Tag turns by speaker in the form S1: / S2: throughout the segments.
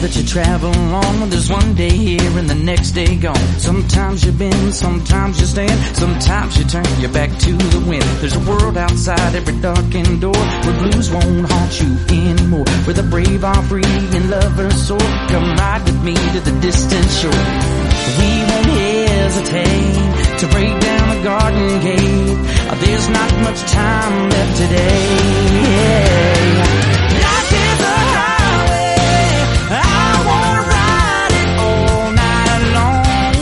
S1: that you travel on. There's one day here and the next day gone. Sometimes you bend, sometimes you stand, sometimes you turn your back to the wind. There's a world outside every darkened door where blues won't haunt you anymore. Where the brave are free and lovers soar. Come ride with me to the distant shore. We won't hesitate to break down the garden gate. Uh, There's not much time left today. Life is a highway. I wanna ride it all night long.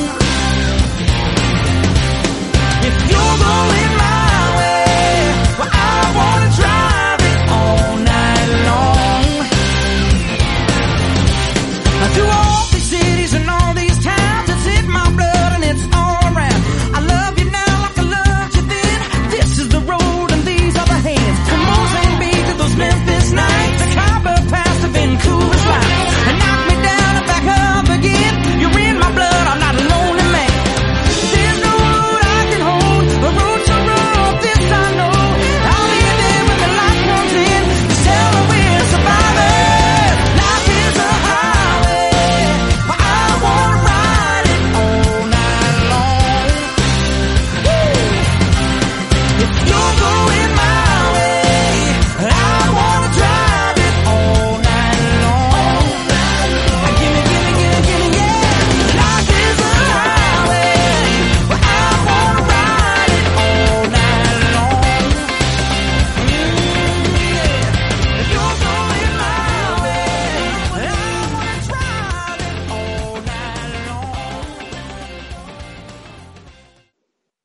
S1: If you're going my way, well, I wanna drive it all night long. Now through all these cities and all these towns, it's in my blood and it's all around. I love you now like I loved you then. This is the road and these are the hands. From Mozambique to those Memphis nights, the Cabo Pass have been cool as fine. And knock me down and back up again. You're in my blood, I'm not a lonely man. There's no road I can hold, a road so rough, this I know. I'll be there when the light comes in. Just tell her we're survivors. Life is a highway, but I wanna ride it all night long. Woo! If you're going my way, I wanna drive it all night long. Gimme, gimme, gimme, gimme, yeah. Life is a highway, but I wanna ride it all night long. Mm, yeah. If you're going my way, I wanna drive it all night long.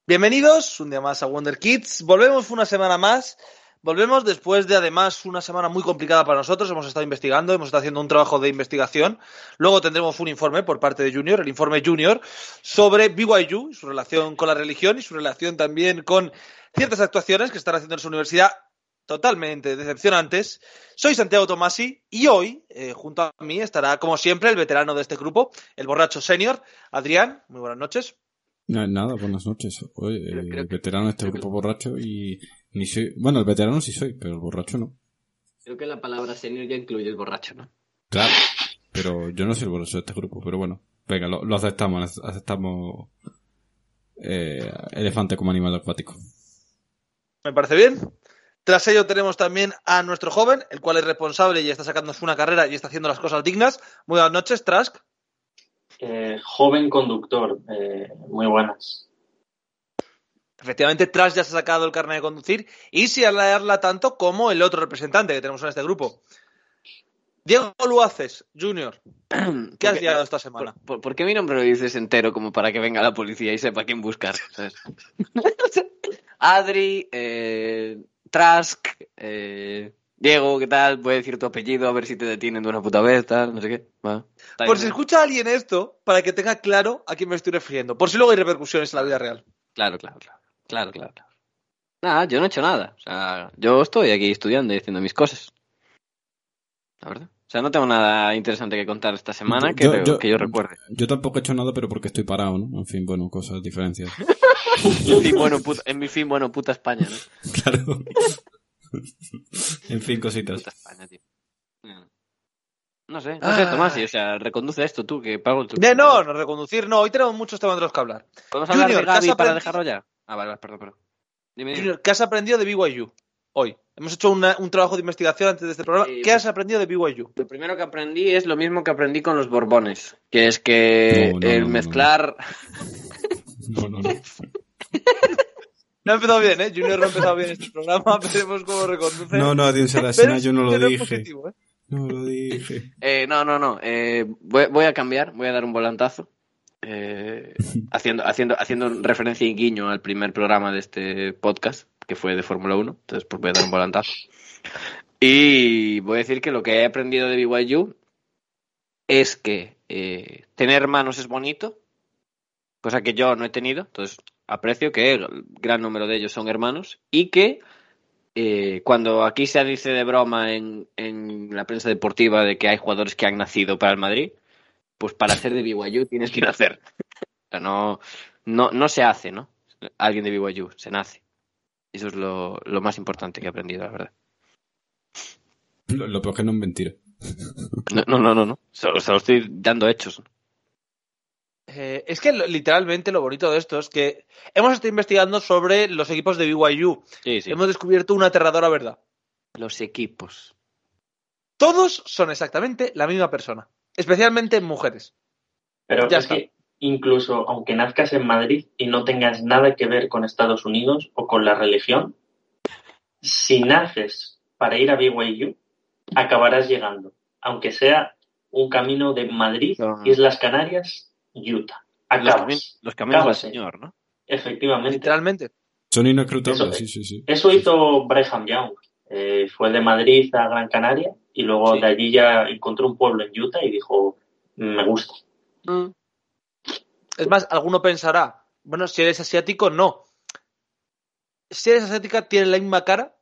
S2: Bienvenidos un día más a Wonder Kids. Volvemos una semana más. Volvemos después de además una semana muy complicada para nosotros. Hemos estado investigando, hemos estado haciendo un trabajo de investigación. Luego tendremos un informe por parte de Junior, el informe Junior, sobre BYU, su relación con la religión y su relación también con ciertas actuaciones que están haciendo en su universidad totalmente decepcionantes. Soy Santiago Tomasi y hoy, eh, junto a mí, estará como siempre el veterano de este grupo, el borracho senior, Adrián. Muy buenas noches.
S3: No, nada, buenas noches. Oye,
S2: Creo-
S3: eh,
S2: creo que-
S3: veterano de este
S4: creo que-
S3: grupo borracho y ni soy. Bueno, el veterano sí soy, pero el borracho no.
S4: Creo que la palabra senior ya incluye el borracho, ¿no?
S3: Claro. Pero yo no soy el borracho de este grupo, pero bueno. Venga, lo, lo aceptamos, aceptamos eh, elefante como animal acuático.
S2: Me parece bien. Tras ello tenemos también a nuestro joven, el cual es responsable y está sacándose una carrera y está haciendo las cosas dignas. Muy buenas noches, Trask.
S5: Eh, joven conductor, eh, muy buenas.
S2: Efectivamente, Trask ya se ha sacado el carnet de conducir y sin hablarla tanto como el otro representante que tenemos en este grupo. Diego Luaces, Junior, ¿qué has
S4: Porque-
S2: llegado esta semana?
S4: ¿Por, por- por qué mi nombre lo dices entero como para que venga la policía y sepa quién buscar? ¿sabes? Adri, eh, Trask, eh, Diego, ¿qué tal? Voy a decir tu apellido a ver si te detienen de una puta vez, tal, no sé qué. Va. Está
S2: Por
S4: bien.
S2: si escucha a alguien esto, para que tenga claro a quién me estoy refiriendo, por si luego hay repercusiones en la vida real.
S4: Claro, claro, claro. Claro, claro, claro. Nada, yo no he hecho nada. O sea, yo estoy aquí estudiando y haciendo mis cosas. La verdad. O sea, no tengo nada interesante que contar esta semana que
S3: Yo-
S4: re-
S3: yo-
S4: que yo recuerde.
S3: Yo tampoco he hecho nada, pero porque estoy parado, ¿no? En fin, bueno, cosas, diferencias.
S4: En fin, bueno, puta, en mi fin, bueno, puta España, ¿no?
S3: Claro. en fin, cositas.
S4: Puta España, tío. Mm. Ah. No sé, no sé, Tomás, y, o sea, reconduce esto tú, que pago el
S2: De no, no reconducir, no, hoy tenemos muchos temas de los que hablar.
S4: ¿Podemos hablar
S2: Junior,
S4: de Gaby
S2: ¿qué has
S4: para
S2: aprendido?
S4: dejarlo ya? Ah, vale, vale, perdón, perdón. Dime, dime.
S2: Junior, ¿qué has aprendido de BYU hoy? Hemos hecho una- un trabajo de investigación antes de este programa.
S4: Sí,
S2: ¿Qué
S4: pues-
S2: has aprendido de BYU?
S4: Lo primero que aprendí es lo mismo que aprendí con los borbones, que es que
S3: No, no,
S4: el
S3: no, no,
S4: mezclar...
S3: No, no, no.
S2: No ha empezado bien, ¿eh? Junior no ha empezado bien este programa. Veremos cómo lo reconduce.
S3: No, no, Adrián Sarasena,
S2: Pero-
S3: yo no lo
S2: pero es
S3: dije.
S2: positivo, ¿eh?
S3: No lo dije.
S4: Eh, no, no, no, eh, voy, voy a cambiar, voy a dar un volantazo, eh, haciendo, haciendo, haciendo referencia y guiño al primer programa de este podcast, que fue de Fórmula 1, entonces pues voy a dar un volantazo. Y voy a decir que lo que he aprendido de BYU es que eh, tener hermanos es bonito, cosa que yo no he tenido, entonces aprecio que el gran número de ellos son hermanos y que eh, cuando aquí se dice de broma en, en la prensa deportiva de que hay jugadores que han nacido para el Madrid, pues para hacer de BYU tienes que nacer. O sea, no, no, no se hace, ¿no? Alguien de BYU, se nace. Eso es lo, lo más importante que he aprendido, la verdad.
S3: Lo, lo peor que no es mentira.
S4: No, no, no, no. no. Solo, solo estoy dando hechos.
S2: Eh, es que lo- literalmente lo bonito de esto es que hemos estado investigando sobre los equipos de BYU.
S4: Sí, sí.
S2: Hemos descubierto una aterradora verdad.
S4: Los equipos.
S2: Todos son exactamente la misma persona, especialmente mujeres.
S5: Pero
S2: Ya
S5: es
S2: está.
S5: que incluso aunque nazcas en Madrid y no tengas nada que ver con Estados Unidos o con la religión, si naces para ir a BYU, acabarás llegando, aunque sea un camino de Madrid,
S4: No.
S5: Islas Canarias, Utah.
S3: Ah,
S4: Los,
S5: Acabas.
S4: cami- los caminos del
S5: Cábase.
S4: señor, ¿no?
S5: Efectivamente.
S2: Literalmente.
S3: Son inescrutables,
S5: Eso-
S3: sí, sí, sí.
S5: Eso hizo Brigham Young. Eh, fue de Madrid a Gran Canaria y luego
S4: Sí.
S5: de allí ya encontró un pueblo en Utah y dijo, me gusta.
S2: Es más, alguno pensará, bueno, si eres asiático, no. Si eres asiática, tienes la misma cara,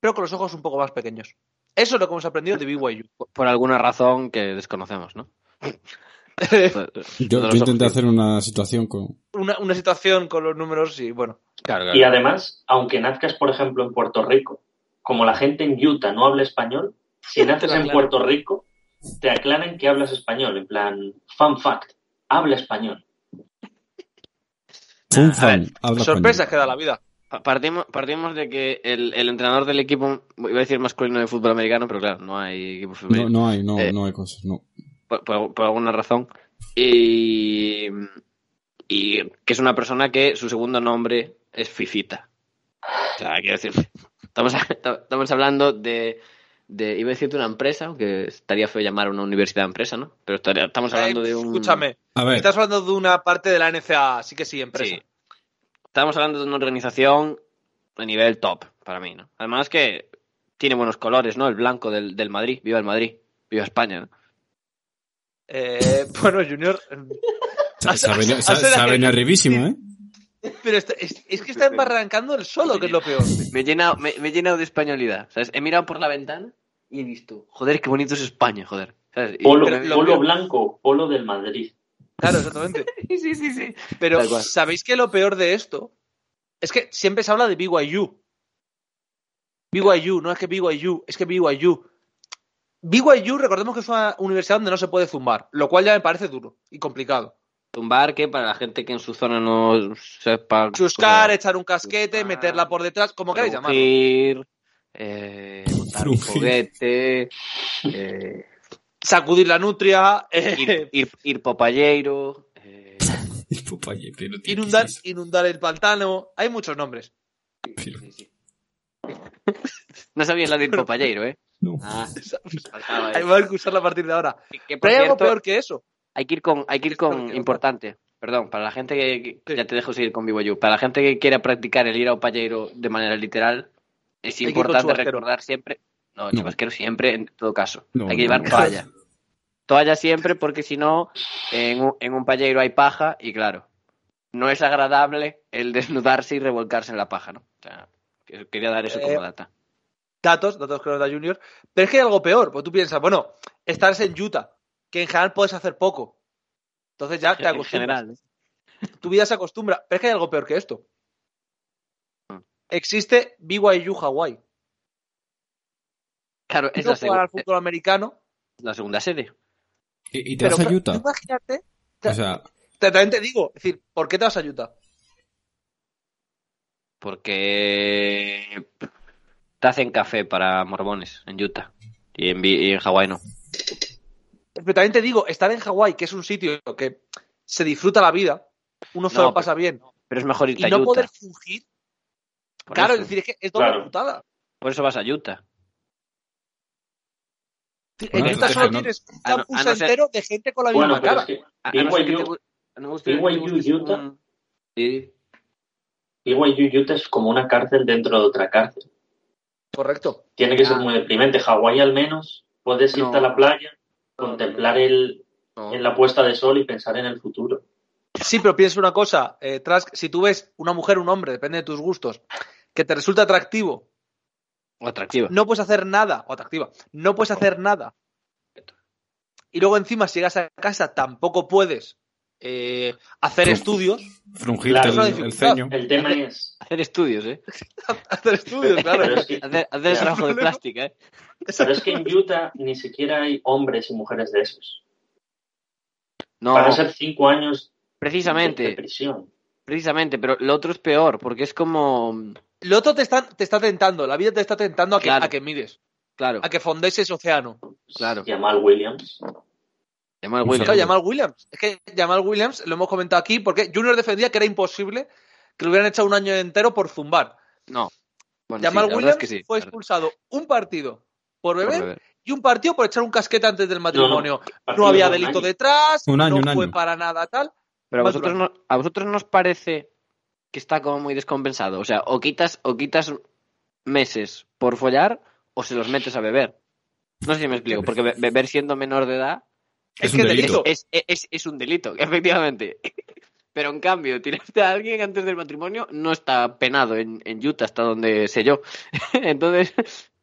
S2: pero con los ojos un poco más pequeños. Eso es lo que hemos aprendido de BYU.
S4: Por- Por alguna razón que desconocemos, ¿no? Yo,
S3: Yo, yo intenté hacer una situación con...
S2: una, una situación con los números y bueno.
S4: Claro, claro.
S5: Y además, aunque nazcas, por ejemplo, en Puerto Rico, como la gente en Utah no habla español, si naces en
S2: aclaran.
S5: Puerto Rico, te aclaran que hablas español. En plan, fun fact, habla español.
S3: Fun,
S4: A ver,
S3: fun, habla
S2: Sorpresas
S3: español.
S2: que da la vida.
S4: Pa- Partimos, partimos de que el, el entrenador del equipo, iba a decir masculino de fútbol americano, pero claro, no hay equipo femenino.
S3: No, no hay, no,
S4: Eh,
S3: no hay cosas, no.
S4: por, por- por alguna razón. Y, y que es una persona que su segundo nombre es Fifita. O sea, quiero decir, estamos, estamos hablando de, de, iba a decirte una empresa, aunque estaría feo llamar a una universidad empresa, ¿no? Pero estaría- estamos hablando
S2: Eh,
S4: de un...
S2: Escúchame,
S3: A ver,
S2: estás hablando de una parte de la NCAA, sí que sí, empresa.
S4: Sí. Estamos hablando de una organización de nivel top, para mí, ¿no? Además que tiene buenos colores, ¿no? El blanco del, del Madrid. Viva el Madrid. Viva España, ¿no?
S2: Eh, bueno, Junior,
S3: sa- se ha venido- se ha-
S2: a ser
S3: se ha
S2: la-
S3: venido arribísimo, ¿eh?
S2: pero está- es, es que está embarrancando el solo, que es lo peor.
S4: Me he llenado, me, me he llenado de españolidad. ¿sabes? He mirado por la ventana y he visto, joder, qué bonito es España, joder. ¿sabes? Y-
S5: Polo,
S4: pero-
S5: polo
S2: peor-
S5: blanco, polo del Madrid.
S2: Claro, exactamente.
S4: sí, sí, sí.
S2: Pero
S4: Tal cual.
S2: ¿sabéis que lo peor de esto? Es que siempre se habla de BYU. BYU, no es que BYU, es que BYU. BYU, recordemos que es una universidad donde no se puede zumbar, lo cual ya me parece duro y complicado.
S4: Tumbar que para la gente que en su zona no sepa...
S2: Chuscar,
S4: cómo-
S2: echar un casquete,
S4: Chuscar.
S2: meterla por detrás, como queráis llamarlo.
S4: Frungir, eh, montar un
S3: Frungir.
S4: juguete, eh,
S2: Sacudir la nutria, eh,
S4: ir, ir, ir popalleiro, eh,
S3: El Popeye, que no tiene
S2: inundar,
S3: que ser
S2: inundar el pantano. Hay muchos nombres.
S3: eso, pero-
S4: No sabía la de Popalleiro, ¿eh?
S3: No.
S4: Ah, faltaba
S2: Hay
S4: eso.
S2: hay que usarla a partir de ahora.
S4: Que,
S2: Pero
S4: por
S2: hay algo
S4: cierto,
S2: peor que eso.
S4: hay que ir con, hay que ir
S2: Esto no
S4: con
S2: quiero.
S4: importante. Perdón, para la gente que, que-
S2: Sí.
S4: ya te dejo seguir con BYU. Para la gente que quiera practicar el ir a Opalleiro de manera literal, es
S2: que ir con
S4: importante
S2: chubasquero.
S4: recordar siempre. No,
S3: No.
S4: chubasquero siempre, en todo caso.
S3: No,
S4: hay que
S3: no,
S4: llevar
S3: no.
S4: toalla. Toalla siempre, porque si no, en un, en un palleiro hay paja y claro, no es agradable el desnudarse y revolcarse en la paja, ¿no? O sea, que- quería dar eso
S2: Eh,
S4: como data.
S2: datos, datos que nos da Junior, pero es que hay algo peor, porque tú piensas, bueno, estás en Utah, que en general puedes hacer poco. Entonces ya te
S4: En
S2: acostumbras.
S4: general, ¿eh?
S2: Tu vida se acostumbra, pero es que hay algo peor que esto.
S4: Ah.
S2: Existe BYU Hawaii.
S4: Claro, es
S2: no
S4: la,
S2: jugar al
S4: segu-
S2: fútbol americano,
S4: la segunda sede.
S3: ¿Y, y te
S2: pero
S3: vas a
S2: claro,
S3: Utah?
S2: tú imagínate,
S3: O sea,
S2: te- también te digo, es decir, ¿por qué te vas a Utah?
S4: Porque te hacen café para morbones en Utah. Y en, Vi- y en Hawái no.
S2: Pero también te digo, estar en Hawái, que es un sitio que se disfruta la vida, uno se
S4: No,
S2: lo pasa bien,
S4: Pero es mejor irte
S2: y no
S4: a Utah.
S2: poder fungir,
S4: por,
S2: claro,
S4: eso,
S2: es decir, es que es doble
S5: Claro.
S2: putada.
S4: por eso vas a Utah.
S2: En
S3: Bueno,
S2: Utah solo
S3: entonces, no-
S2: tienes un
S4: a no-
S2: campus
S4: a no ser-
S2: entero de gente con la misma
S5: Bueno, pero
S2: cara.
S5: es que
S4: A, a no ser que te
S5: BYU
S4: gu- a no guste-
S5: BYU
S4: te guste
S5: Utah.
S4: un- Sí.
S5: BYU Utah es como una cárcel dentro de otra cárcel.
S2: Correcto.
S5: Tiene que ser
S4: Ah.
S5: muy deprimente. Hawái al menos, puedes irte
S4: No.
S5: a la playa,
S4: No,
S5: contemplar el,
S4: no.
S5: en la puesta de sol y pensar en el futuro.
S2: Sí, pero piensa una cosa, eh, Trask, si tú ves una mujer, un hombre, depende de tus gustos, que te resulta atractivo,
S4: O atractiva.
S2: no puedes hacer nada, o atractiva, no puedes hacer nada. Y luego encima, si llegas a casa, tampoco puedes eh, hacer
S3: True.
S2: estudios.
S3: Frungirte el-
S5: Claro,
S2: es
S3: el,
S2: una dificultad.
S3: ceño.
S5: El tema es.
S4: Hacer estudios, ¿eh?
S2: Hacer estudios,
S5: Pero
S2: claro.
S5: es que,
S4: Hacer, hacer el
S5: Ya.
S4: trabajo de plástica, ¿eh?
S5: pero es que en Utah ni siquiera hay hombres y mujeres de esos.
S4: No,
S5: Para ser cinco años de
S4: precisamente,
S5: prisión.
S4: precisamente, pero lo otro es peor, porque es como,
S2: Lo otro te está, te está tentando, la vida te está tentando a que,
S4: Claro.
S2: a que mires,
S4: claro,
S2: a que fondees ese océano.
S4: Claro.
S5: Jamal Williams.
S4: Jamal
S3: Sí.
S4: Williams.
S2: Claro, Jamal Williams. Es que Jamal Williams, lo hemos comentado aquí, porque Junior defendía que era imposible que lo hubieran echado un año entero por zumbar.
S4: No. Bueno, sí,
S2: Jamal
S4: la verdad
S2: Williams
S4: es que sí,
S2: fue
S4: claro,
S2: expulsado un partido por
S4: por
S2: beber,
S4: beber.
S2: y un partido por echar un casquete antes del matrimonio. No,
S5: Partido
S2: había
S5: de un
S2: delito
S5: año.
S2: detrás,
S3: Un año,
S2: no
S3: un
S2: fue
S3: año.
S2: para nada tal.
S4: Pero a
S2: Más
S4: vosotros, no, a vosotros nos parece que está como muy descompensado. O sea, o quitas, o quitas meses por follar o se los metes a beber. No sé si me explico, porque be- beber siendo menor de edad
S3: Es
S2: Es,
S3: un
S2: que
S3: delito.
S2: delito.
S4: es, es, es un delito, efectivamente. Pero en cambio, tirarte a alguien antes del matrimonio no está penado en, en Utah, hasta donde sé yo. Entonces,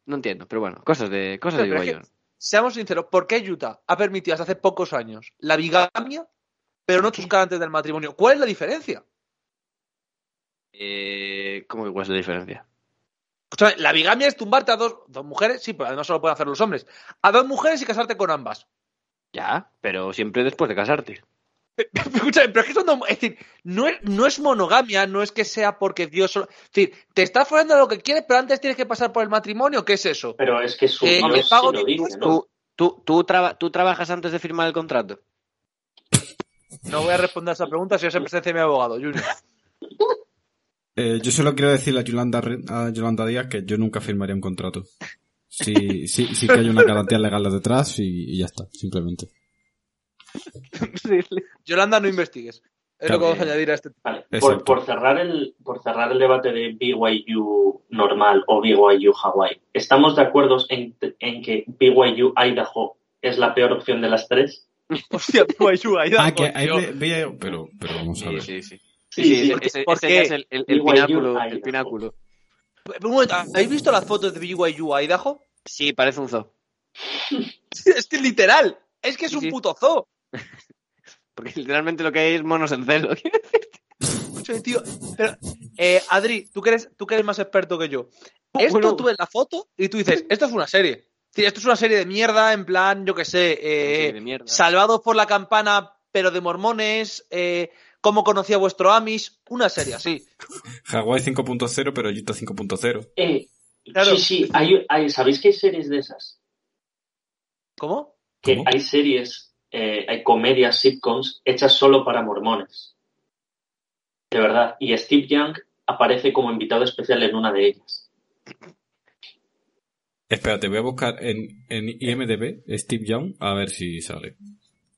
S4: no entiendo, pero bueno, cosas de cosas de
S2: Pero es que-
S4: Ibayon.
S2: Seamos sinceros, ¿por qué Utah ha permitido hasta hace pocos años la bigamia, pero no chuscar antes del matrimonio? ¿Cuál es la diferencia?
S4: Eh, ¿Cómo que cuál es la diferencia?
S2: O sea, la bigamia es tumbarte a dos, dos mujeres, sí, pero además solo pueden hacer los hombres. A dos mujeres y casarte con ambas.
S4: Ya, pero siempre después de casarte.
S2: Escúchame, pero es que son dos- es decir, no es, no es monogamia, no es que sea porque Dios solo. Es decir, te estás follando lo que quieres, pero antes tienes que pasar por el matrimonio, ¿qué es eso?
S5: Pero es que su
S2: Eh,
S5: Dios
S2: me
S5: se
S2: pago
S5: lo
S2: mi
S5: dice,
S2: impuesto.
S5: ¿no?
S4: ¿Tú, tú, tú, traba- tú trabajas antes de firmar el contrato?
S2: No voy a responder a esa pregunta si es en presencia de mi abogado, Junior.
S3: Eh, yo solo quiero decirle a Yolanda, Re- a Yolanda Díaz que yo nunca firmaría un contrato. Sí, sí, sí que hay unas garantías legales detrás y, y ya está, simplemente.
S2: Yolanda, no investigues. Es lo que vamos a añadir a este.
S5: Vale.
S3: Exacto.
S5: Por, por cerrar el, por cerrar el debate de BYU normal o BYU Hawaii, ¿estamos de acuerdo en, en que BYU Idaho es la peor opción de las tres?
S2: Hostia, tú ayuda, ayuda.
S3: Ah, que ahí
S2: tío.
S3: ve- veía- pero, pero vamos a
S4: Sí,
S3: ver.
S4: sí, sí.
S5: Sí,
S4: Sí,
S5: sí.
S4: ese- ese-
S2: ¿Por
S4: ese
S2: qué?
S4: ya es el, el- el
S5: BYU
S4: pináculo, el
S5: Idaho.
S4: pináculo.
S2: Un momento, ¿habéis visto las fotos de BYU Idaho?
S4: Sí, parece un zoo.
S2: Es que literal, es que es
S4: Sí,
S2: un
S4: sí.
S2: puto zoo.
S4: Porque literalmente lo que hay es monos en celo.
S2: O sea, tío, pero, eh, Adri, tú que, eres, tú que eres más experto que yo. Esto
S4: Oh, Bueno.
S2: tú ves la foto y tú dices, esto es una serie. Sí, esto es una serie de mierda, en plan, yo qué sé, eh,
S4: Sí, de mierda.
S2: Salvados por la campana, pero de mormones, eh, cómo conocí a vuestro Amish, una serie así.
S3: Hawái 5.0, pero Utah 5.0.
S5: Eh,
S2: Claro.
S5: Sí, sí, hay, hay- ¿sabéis que hay series de esas?
S2: ¿Cómo?
S5: Que
S3: ¿Cómo?
S5: hay series, eh, hay comedias, sitcoms hechas solo para mormones. De verdad. Y Steve Young aparece como invitado especial en una de ellas.
S3: Espérate, voy a buscar en, en IMDB Steve Young a ver si sale.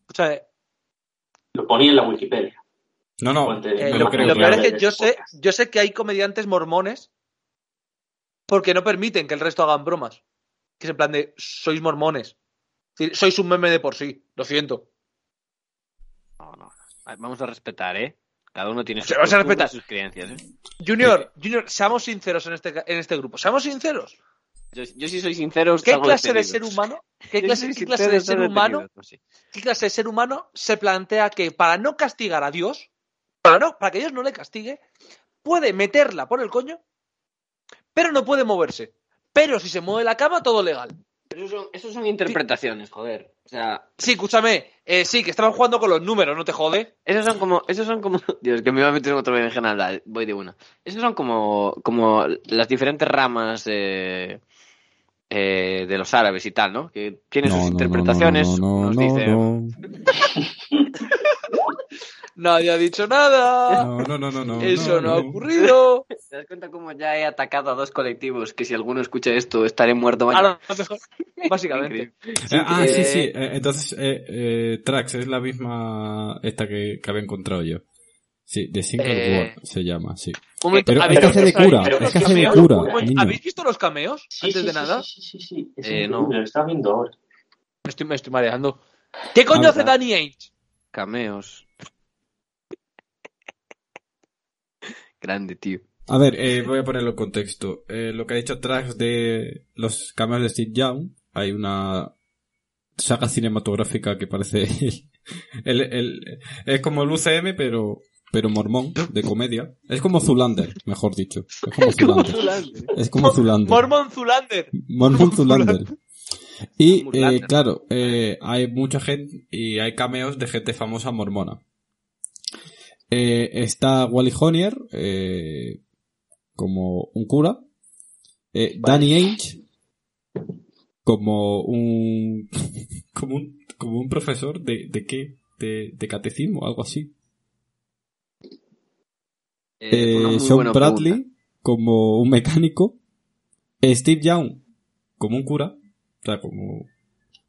S2: O sea, eh,
S5: Lo ponía en la Wikipedia.
S3: No, no,
S5: Fuente de
S3: me
S2: eh, lo,
S3: lo creo.
S5: información.
S2: lo peor
S3: claro.
S2: es que yo
S5: Podcast.
S2: sé, yo sé que hay comediantes mormones porque no permiten que el resto hagan bromas. Que es en plan de, sois mormones. Es decir, Sois un meme de por sí, lo siento.
S4: No, no. A ver, Vamos a respetar, ¿eh? Cada uno tiene
S2: Se
S4: sus,
S2: vamos a
S4: costumbres,
S2: respetar.
S4: sus creencias. ¿eh?
S2: Junior, Junior, seamos sinceros en este, ca- en este grupo. Seamos sinceros.
S4: Yo, yo sí soy sincero.
S2: ¿Qué
S4: salgo
S2: clase de
S4: detenido.
S2: ser humano? ¿Qué
S4: Yo
S2: clase,
S4: soy
S2: qué
S4: sincero,
S2: clase de ser
S4: salgo pues
S2: humano?
S4: detenido, no sé.
S2: ¿Qué clase de ser humano se plantea que para no castigar a Dios, para no, para que Dios no le castigue, puede meterla por el coño, pero no puede moverse. Pero si se mueve la cama, todo legal.
S4: Pero eso son, eso son interpretaciones, joder. O sea,
S2: Sí, escúchame, eh, sí, que estaban jugando con los números, no te jode.
S4: Esos son como, esos son como, Dios, que me iba a meter en otro viaje en hablar, voy de una. Esos son como, como las diferentes ramas eh, eh, de los árabes y tal, ¿no? Que tienen
S3: No,
S4: sus
S3: no, no,
S4: interpretaciones,
S3: no, no, no,
S4: nos
S3: no,
S4: dicen,
S3: no.
S2: Nadie ha dicho nada.
S3: Ah, No, no, no, no, no,
S2: eso no, ha
S3: no.
S2: ocurrido.
S4: ¿te das cuenta cómo ya he atacado a dos colectivos que si alguno escucha esto estaré muerto mañana?
S2: Ahora, a lo mejor, básicamente.
S4: Increíble.
S3: Eh, ah, sí,
S4: eh,
S3: sí. eh, entonces, eh, eh, Trax es la misma esta que, que había encontrado yo. Sí, The Single
S4: Eh.
S3: Word se llama, sí.
S2: Un momento,
S3: Pero
S2: ¿habéis
S5: es que hace de
S2: visto-
S3: cura,
S2: ¿habéis
S5: es que
S2: visto
S5: hace de
S2: los
S5: cura,
S2: cameos?
S3: niño.
S2: ¿Habéis visto los cameos
S5: Sí,
S2: antes
S5: sí,
S2: de
S5: sí,
S2: nada?
S5: Sí, sí, sí, sí. Es
S4: Eh,
S5: increíble,
S4: no.
S5: lo estaba viendo ahora.
S2: Me, estoy, me estoy mareando. ¿Qué coño
S3: Ah,
S2: hace
S4: verdad.
S2: Danny Ainge?
S4: Cameos. Grande, tío.
S3: A ver, eh, voy a ponerlo en contexto. Eh, lo que ha dicho Trax de los cameos de Steve Young, hay una saga cinematográfica que parece el, el, el- es como el UCM pero pero mormón de comedia es como Zulander mejor dicho es como Zulander es como Zulander
S2: Mormon Zulander.
S3: Mormon Zulander. Y eh,
S4: Zulander.
S3: claro, eh, hay mucha gente y hay cameos de gente famosa mormona. Eh, está Wally Honier eh, como un cura. Eh, Danny Ainge como un como un como un profesor de, de qué de, de catecismo algo así.
S4: Eh, una
S3: Eh,
S4: muy
S3: Sean
S4: buena
S3: Bradley
S4: pregunta.
S3: como un mecánico, Eh, Steve Young como un cura, o sea, como,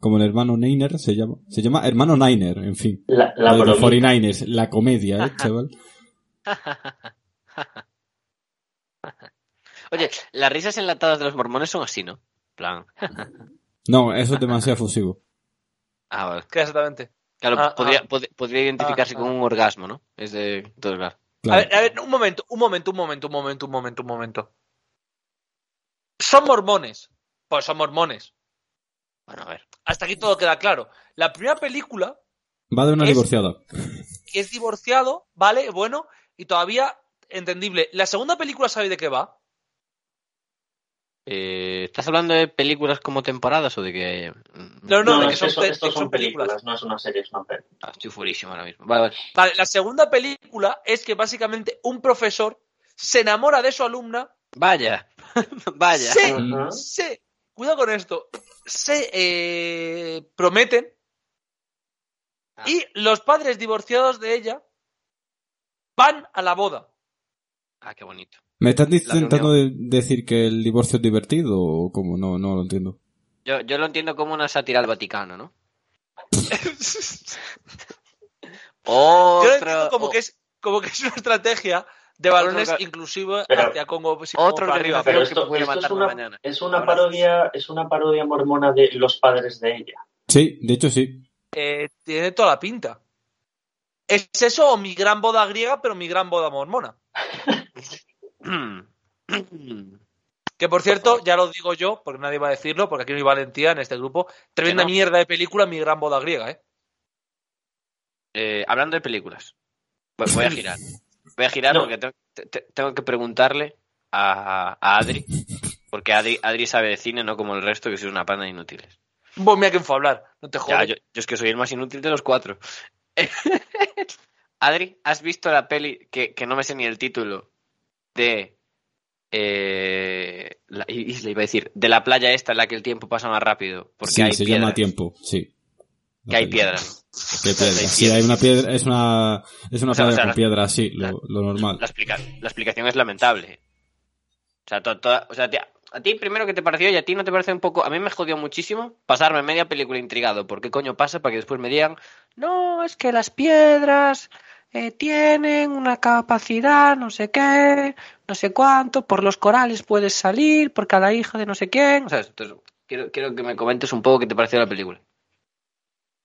S3: como el hermano Niner se llama, se llama hermano Niner, en fin,
S5: La, la
S3: de los
S5: bromita.
S3: 49ers, la comedia, eh, chaval.
S4: Oye, las risas enlatadas de los mormones son así, ¿no? En Plan.
S3: No, eso es demasiado efusivo.
S4: Ah, vale.
S2: ¿Qué exactamente?
S4: Claro,
S2: Ah,
S4: podría,
S2: ah.
S4: pod- podría identificarse
S2: Ah,
S4: con
S2: ah.
S4: un orgasmo, ¿no? Es de. Entonces, claro.
S2: A
S3: Claro.
S2: ver, a ver, un momento, un momento, un momento, un momento, un momento, un momento. Son mormones. Pues son mormones.
S4: Bueno, a ver.
S2: Hasta aquí todo queda claro. La primera película
S3: Va de una
S2: es-
S3: divorciada.
S2: es divorciado, ¿vale? Bueno, y todavía entendible. La segunda película, ¿sabe de qué va?
S4: Eh, ¿Estás hablando de películas como temporadas o de que.? mm,
S2: No,
S5: No,
S2: de
S5: no,
S2: que
S5: es
S2: son
S5: que son-
S2: pe-
S5: estos
S2: que son
S5: son películas,
S2: películas.
S5: no es una serie, es una peli.
S4: Ah, estoy furísimo ahora mismo. Vale, vale.
S2: Vale, la segunda película es que básicamente un profesor se enamora de su alumna,
S4: Vaya. Vaya.
S2: Sí.
S5: Ujú.
S2: se, cuidado con esto, se eh, prometen
S4: Ah.
S2: y los padres divorciados de ella van a la boda.
S4: Ah, qué bonito.
S3: ¿Me estás
S4: La reunión.
S3: intentando de- decir que el divorcio es divertido o como no, no lo entiendo?
S4: Yo, yo lo entiendo como una sátira al Vaticano, ¿no?
S2: Yo
S4: Otro,
S2: lo entiendo como
S4: o-
S2: que es como que es una estrategia de balones
S4: Otro-
S2: inclusiva
S5: Pero-
S2: hacia Congo sí,
S4: Otro
S2: Congo para arriba,
S4: Creo
S5: Pero
S4: que
S2: pero
S5: esto,
S4: puede
S5: esto es
S4: matarme
S5: una,
S4: mañana.
S5: es una
S4: Abrazos.
S5: parodia, es una parodia mormona de los padres de ella.
S3: Sí, de hecho sí.
S2: eh, tiene toda la pinta. Es eso o mi gran boda griega, pero mi gran boda mormona. Que por cierto, ya lo digo yo, porque nadie va a decirlo, porque aquí no hay valentía en este grupo. Tremenda
S4: no.
S2: mierda de película, mi gran boda griega, ¿eh?
S4: Eh, hablando de películas, voy, voy a girar. Voy a girar
S5: No.
S4: porque tengo, te- te- tengo que preguntarle a, a Adri, porque Adri, Adri sabe de cine, no como el resto, que soy una panda de inútiles.
S2: Vos Pues mira quién fue a hablar, no te
S4: Ya,
S2: jodas.
S4: yo, yo es que soy el más inútil de los cuatro. Adri, ¿has visto la peli que, que no me sé ni el título de... eh, la isla iba a decir, de la playa esta en la que el tiempo pasa más rápido, porque
S3: sí,
S4: hay
S3: se
S4: piedras,
S3: llama tiempo, sí.
S4: que hay
S3: La peli.
S4: piedras.
S3: Que hay piedra.
S4: Hay
S3: Sí, hay una piedra, es una, es una
S4: O sea,
S3: playa
S4: o sea,
S3: con
S4: las-
S3: piedra, sí, lo, lo normal.
S4: La, explica- la explicación es lamentable. O sea, to- toda- o sea, te- a ti primero que te pareció y a ti no te parece un poco... A mí me jodió muchísimo pasarme media película intrigado. ¿Por qué coño pasa? Para que después me digan, no, es que las piedras eh, tienen una capacidad, no sé qué, no sé cuánto, por los corales puedes salir, por cada hija de no sé quién. O sea, entonces, quiero, quiero que me comentes un poco qué te pareció la película.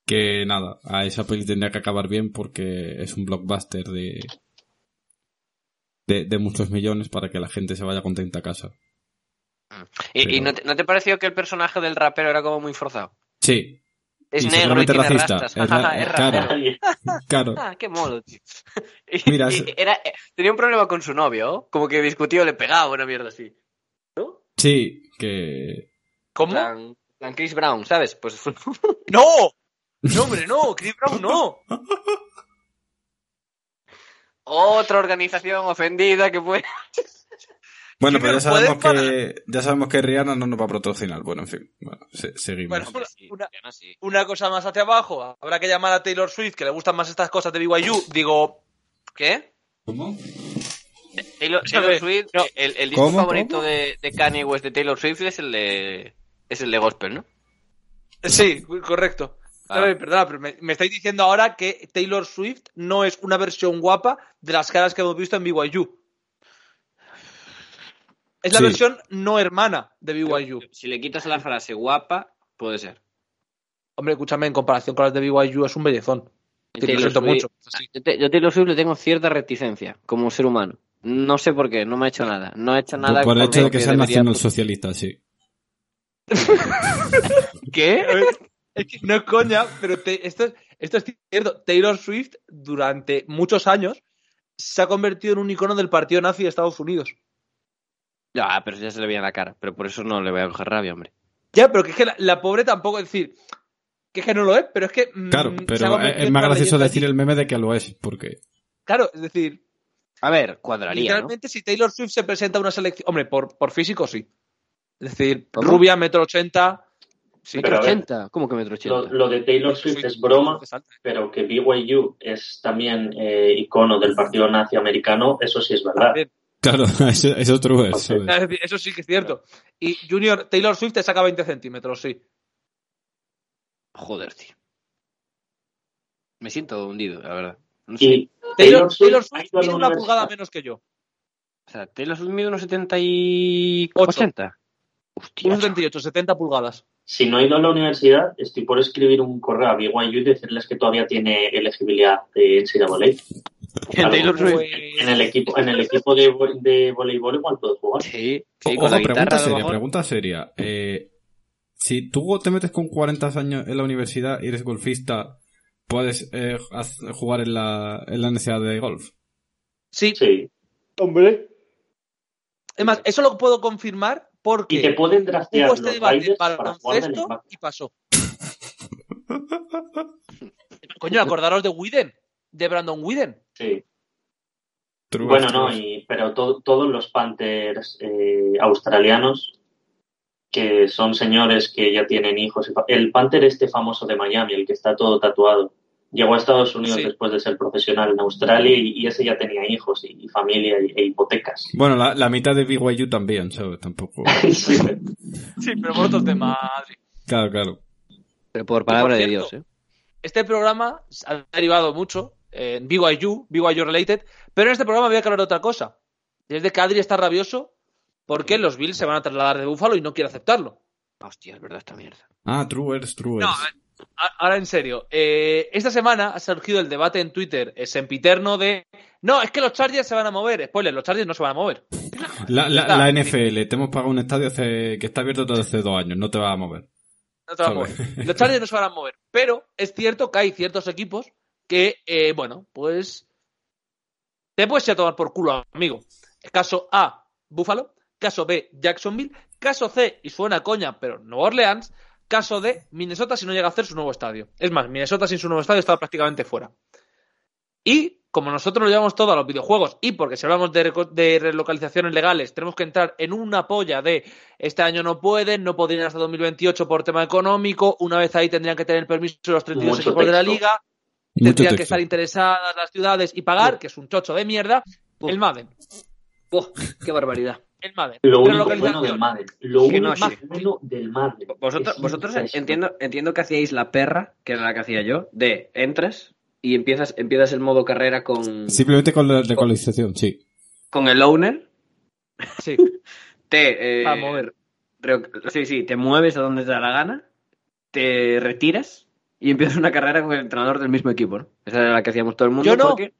S3: Que nada, a esa peli tendría que acabar bien porque es un blockbuster de, de, de muchos millones para que la gente se vaya contenta a casa.
S4: ¿Y, y
S3: Pero-
S4: no, te, no te pareció que el personaje del rapero era como muy forzado?
S3: Sí,
S4: Es
S3: Y
S4: negro y
S3: seguramente
S4: tiene
S3: racista.
S4: rastas.
S3: Es ra-
S4: es
S3: claro.
S4: rapero.
S5: Nadie.
S3: claro.
S4: Ah, qué modo, tío. Y-
S3: Mira,
S4: y-
S3: es-
S4: era, eh, tenía un problema con su novio, ¿oh? como que discutió, le pegaba una mierda así. ¿No?
S3: Sí, que...
S2: ¿Cómo?
S4: Plan, plan Chris Brown, ¿sabes? Pues
S2: ¡No! No, hombre, no, Chris Brown no.
S4: otra organización ofendida que fue.
S3: Bueno,
S2: Sí,
S3: pero ya
S2: pero pueden
S3: sabemos que, ya sabemos que Rihanna no nos va a patrocinar. Bueno, en fin, bueno, se- seguimos.
S2: Bueno, una- una- una cosa más hacia abajo. Habrá que llamar a Taylor Swift, que le gustan más estas cosas de BYU. Digo,
S4: ¿Qué?
S3: ¿Cómo?
S4: Taylor,
S2: Sabe,
S4: Taylor Swift, eh,
S2: no.
S4: el, el disco
S3: ¿Cómo,
S4: favorito
S3: cómo?
S4: De, de Kanye West de Taylor Swift es el de, es el de gospel, ¿no?
S2: sí, correcto.
S4: Ah.
S2: A ver, perdona, pero me, me estáis diciendo ahora que Taylor Swift no es una versión guapa de las caras que hemos visto en BYU. Es la
S3: Sí.
S2: versión no hermana de BYU.
S4: Si le quitas la frase guapa, puede ser.
S2: Hombre, escúchame, en comparación con las de BYU es un bellezón. Te lo
S4: Taylor
S2: siento
S4: Swift-
S2: mucho.
S4: Yo, te, yo Taylor Swift le tengo cierta reticencia como ser humano. No sé por qué, no me ha hecho nada. No ha hecho nada
S3: Por, por el hecho de
S4: lo
S3: que
S4: que
S3: sean
S4: debería-
S3: nacionalsocialistas, sí.
S4: ¿Qué?
S2: Es que no es coña, pero te- esto, es- esto es cierto. Taylor Swift durante muchos años se ha convertido en un icono del partido nazi de Estados Unidos.
S4: Ya, Ah, pero eso ya se le veía en la cara. Pero por eso no le voy a coger rabia, hombre.
S2: Ya, pero que es que la, la pobre tampoco es decir que es que no lo es, pero es que mm,
S3: Claro,
S2: se ha
S3: pero es-
S2: convertido
S3: es
S2: en
S3: más
S2: una
S3: gracioso
S2: leyenda
S3: decir
S2: allí.
S3: el meme de que lo es, porque
S2: Claro, es decir,
S4: A ver, cuadraría, ¿no?
S2: literalmente si Taylor Swift se presenta a una selección, hombre, por, por físico sí. Es decir,
S4: ¿Cómo?
S2: rubia, metro ochenta, sí,
S4: ¿Metro
S5: Pero a ver,
S4: ochenta? ¿Cómo que metro
S5: Lo,
S4: ochenta?
S5: lo de Taylor
S2: Swift
S5: Swift es broma,
S2: es alta.
S5: pero que BYU es también eh, icono del partido nazi americano, eso sí es verdad.
S2: También.
S3: Claro, eso, eso es true, eso es.
S2: Es decir, Eso sí que es cierto. Y Junior, Taylor Swift te saca 20 centímetros, sí.
S4: Joder, tío. Me siento hundido, la verdad. No sé.
S5: Y
S2: Taylor,
S5: Taylor Swift
S2: Taylor
S5: ha
S2: Swift
S5: ido
S2: mide
S5: a la
S2: una
S5: universidad.
S2: pulgada menos que yo.
S4: O sea, Taylor Swift mide unos 70 y...
S2: Ocho.
S4: 80. Hostia.
S2: Unos 28, 70 pulgadas.
S5: si no he ido a la universidad, estoy por escribir un correo a BYU y decirles que todavía tiene elegibilidad de NCAA.
S4: En Taylor Swift.
S5: En el equipo, en el equipo de, vo- de voleibol igual puedo jugar.
S4: Sí,
S3: O-
S4: sí, con
S3: ojo,
S4: la guitarra
S3: pregunta
S4: a lo
S3: seria,
S4: mejor.
S3: pregunta seria. Eh, si tú te metes con 40 años en la universidad y eres golfista, ¿puedes eh, haz- jugar en la, en la NCAA de golf?
S2: Sí,
S5: Sí.
S2: es más, eso lo puedo confirmar porque
S5: Y te pueden draftear
S2: hubo
S5: los
S2: este debate
S5: Riders
S2: para
S5: para jugar del
S2: baloncesto
S5: embate.
S2: y pasó. Coño, acordaros de Widen, de Brandon Widen.
S5: Sí.
S3: True,
S5: Bueno,
S3: true.
S5: no, y, pero to- todos los Panthers eh, australianos, que son señores que ya tienen hijos. y fa- El Panther este famoso de Miami, el que está todo tatuado, llegó a Estados Unidos
S2: Sí.
S5: después de ser profesional en Australia y, y ese ya tenía hijos y, y familia y- e hipotecas.
S3: Bueno, la, la mitad de BYU también, ¿sabes? Tampoco.
S5: Sí.
S2: Sí, pero por otros temas. Adri.
S3: Claro, claro.
S4: Pero por palabra de
S2: cierto,
S4: Dios, ¿eh?
S2: Este programa ha derivado mucho en BYU, BYU Related, pero en este programa voy a hablar de otra cosa. Desde que Adri está rabioso porque los Bills se van a trasladar de Buffalo y no quiere aceptarlo.
S4: Hostia, es verdad esta mierda.
S3: Ah, Truers, Truers.
S2: No, a- ahora en serio. Eh, esta semana ha surgido el debate en Twitter eh, sempiterno de. No, es que los Chargers se van a mover. Spoiler, los Chargers no se van a mover.
S3: la, la-
S2: está,
S3: la
S2: sí.
S3: NFL, te hemos pagado un estadio hace, que está abierto desde hace dos años, no te vas a mover.
S2: No se van a mover. Los Chargers no se van a mover. Pero es cierto que hay ciertos equipos que, eh, bueno, pues. Te puedes ir a tomar por culo, amigo. Caso A, Buffalo. Caso B, Jacksonville. Caso C, y suena a coña, pero Nueva Orleans. Caso D, Minnesota si no llega a hacer su nuevo estadio. Es más, Minnesota sin su nuevo estadio estaba prácticamente fuera. Y como nosotros lo llevamos todo a los videojuegos y porque si hablamos de, reco- de relocalizaciones legales tenemos que entrar en una polla de este año no pueden, no podrían hasta 2028 por tema económico, una vez ahí tendrían que tener permiso los 32
S5: Mucho
S2: equipos de la
S5: texto.
S2: liga,
S3: Mucho
S2: tendrían que
S3: texto.
S2: estar interesadas las ciudades y pagar, que es un chocho de mierda, el Madden.
S6: ¡Qué barbaridad!
S2: El Madden.
S5: Lo único
S2: Relocalización.
S5: bueno del Madden. Lo
S6: Que
S5: único
S6: no, sí.
S5: bueno del Madden.
S6: Vosotros,
S5: Es
S6: vosotros
S5: impresionante.
S6: entiendo, entiendo que hacíais la perra, que era la que hacía yo, de entras y empiezas, empiezas el modo carrera con,
S3: Simplemente con
S4: Oh.
S3: la localización, sí.
S6: con el owner,
S2: Sí.
S6: te... eh,
S2: Para mover.
S6: re- sí, sí, te mueves a donde te da la gana, te retiras y empiezas una carrera con el entrenador del mismo equipo, ¿no? Esa era la que hacíamos todo el mundo.
S2: Yo no.
S6: porque-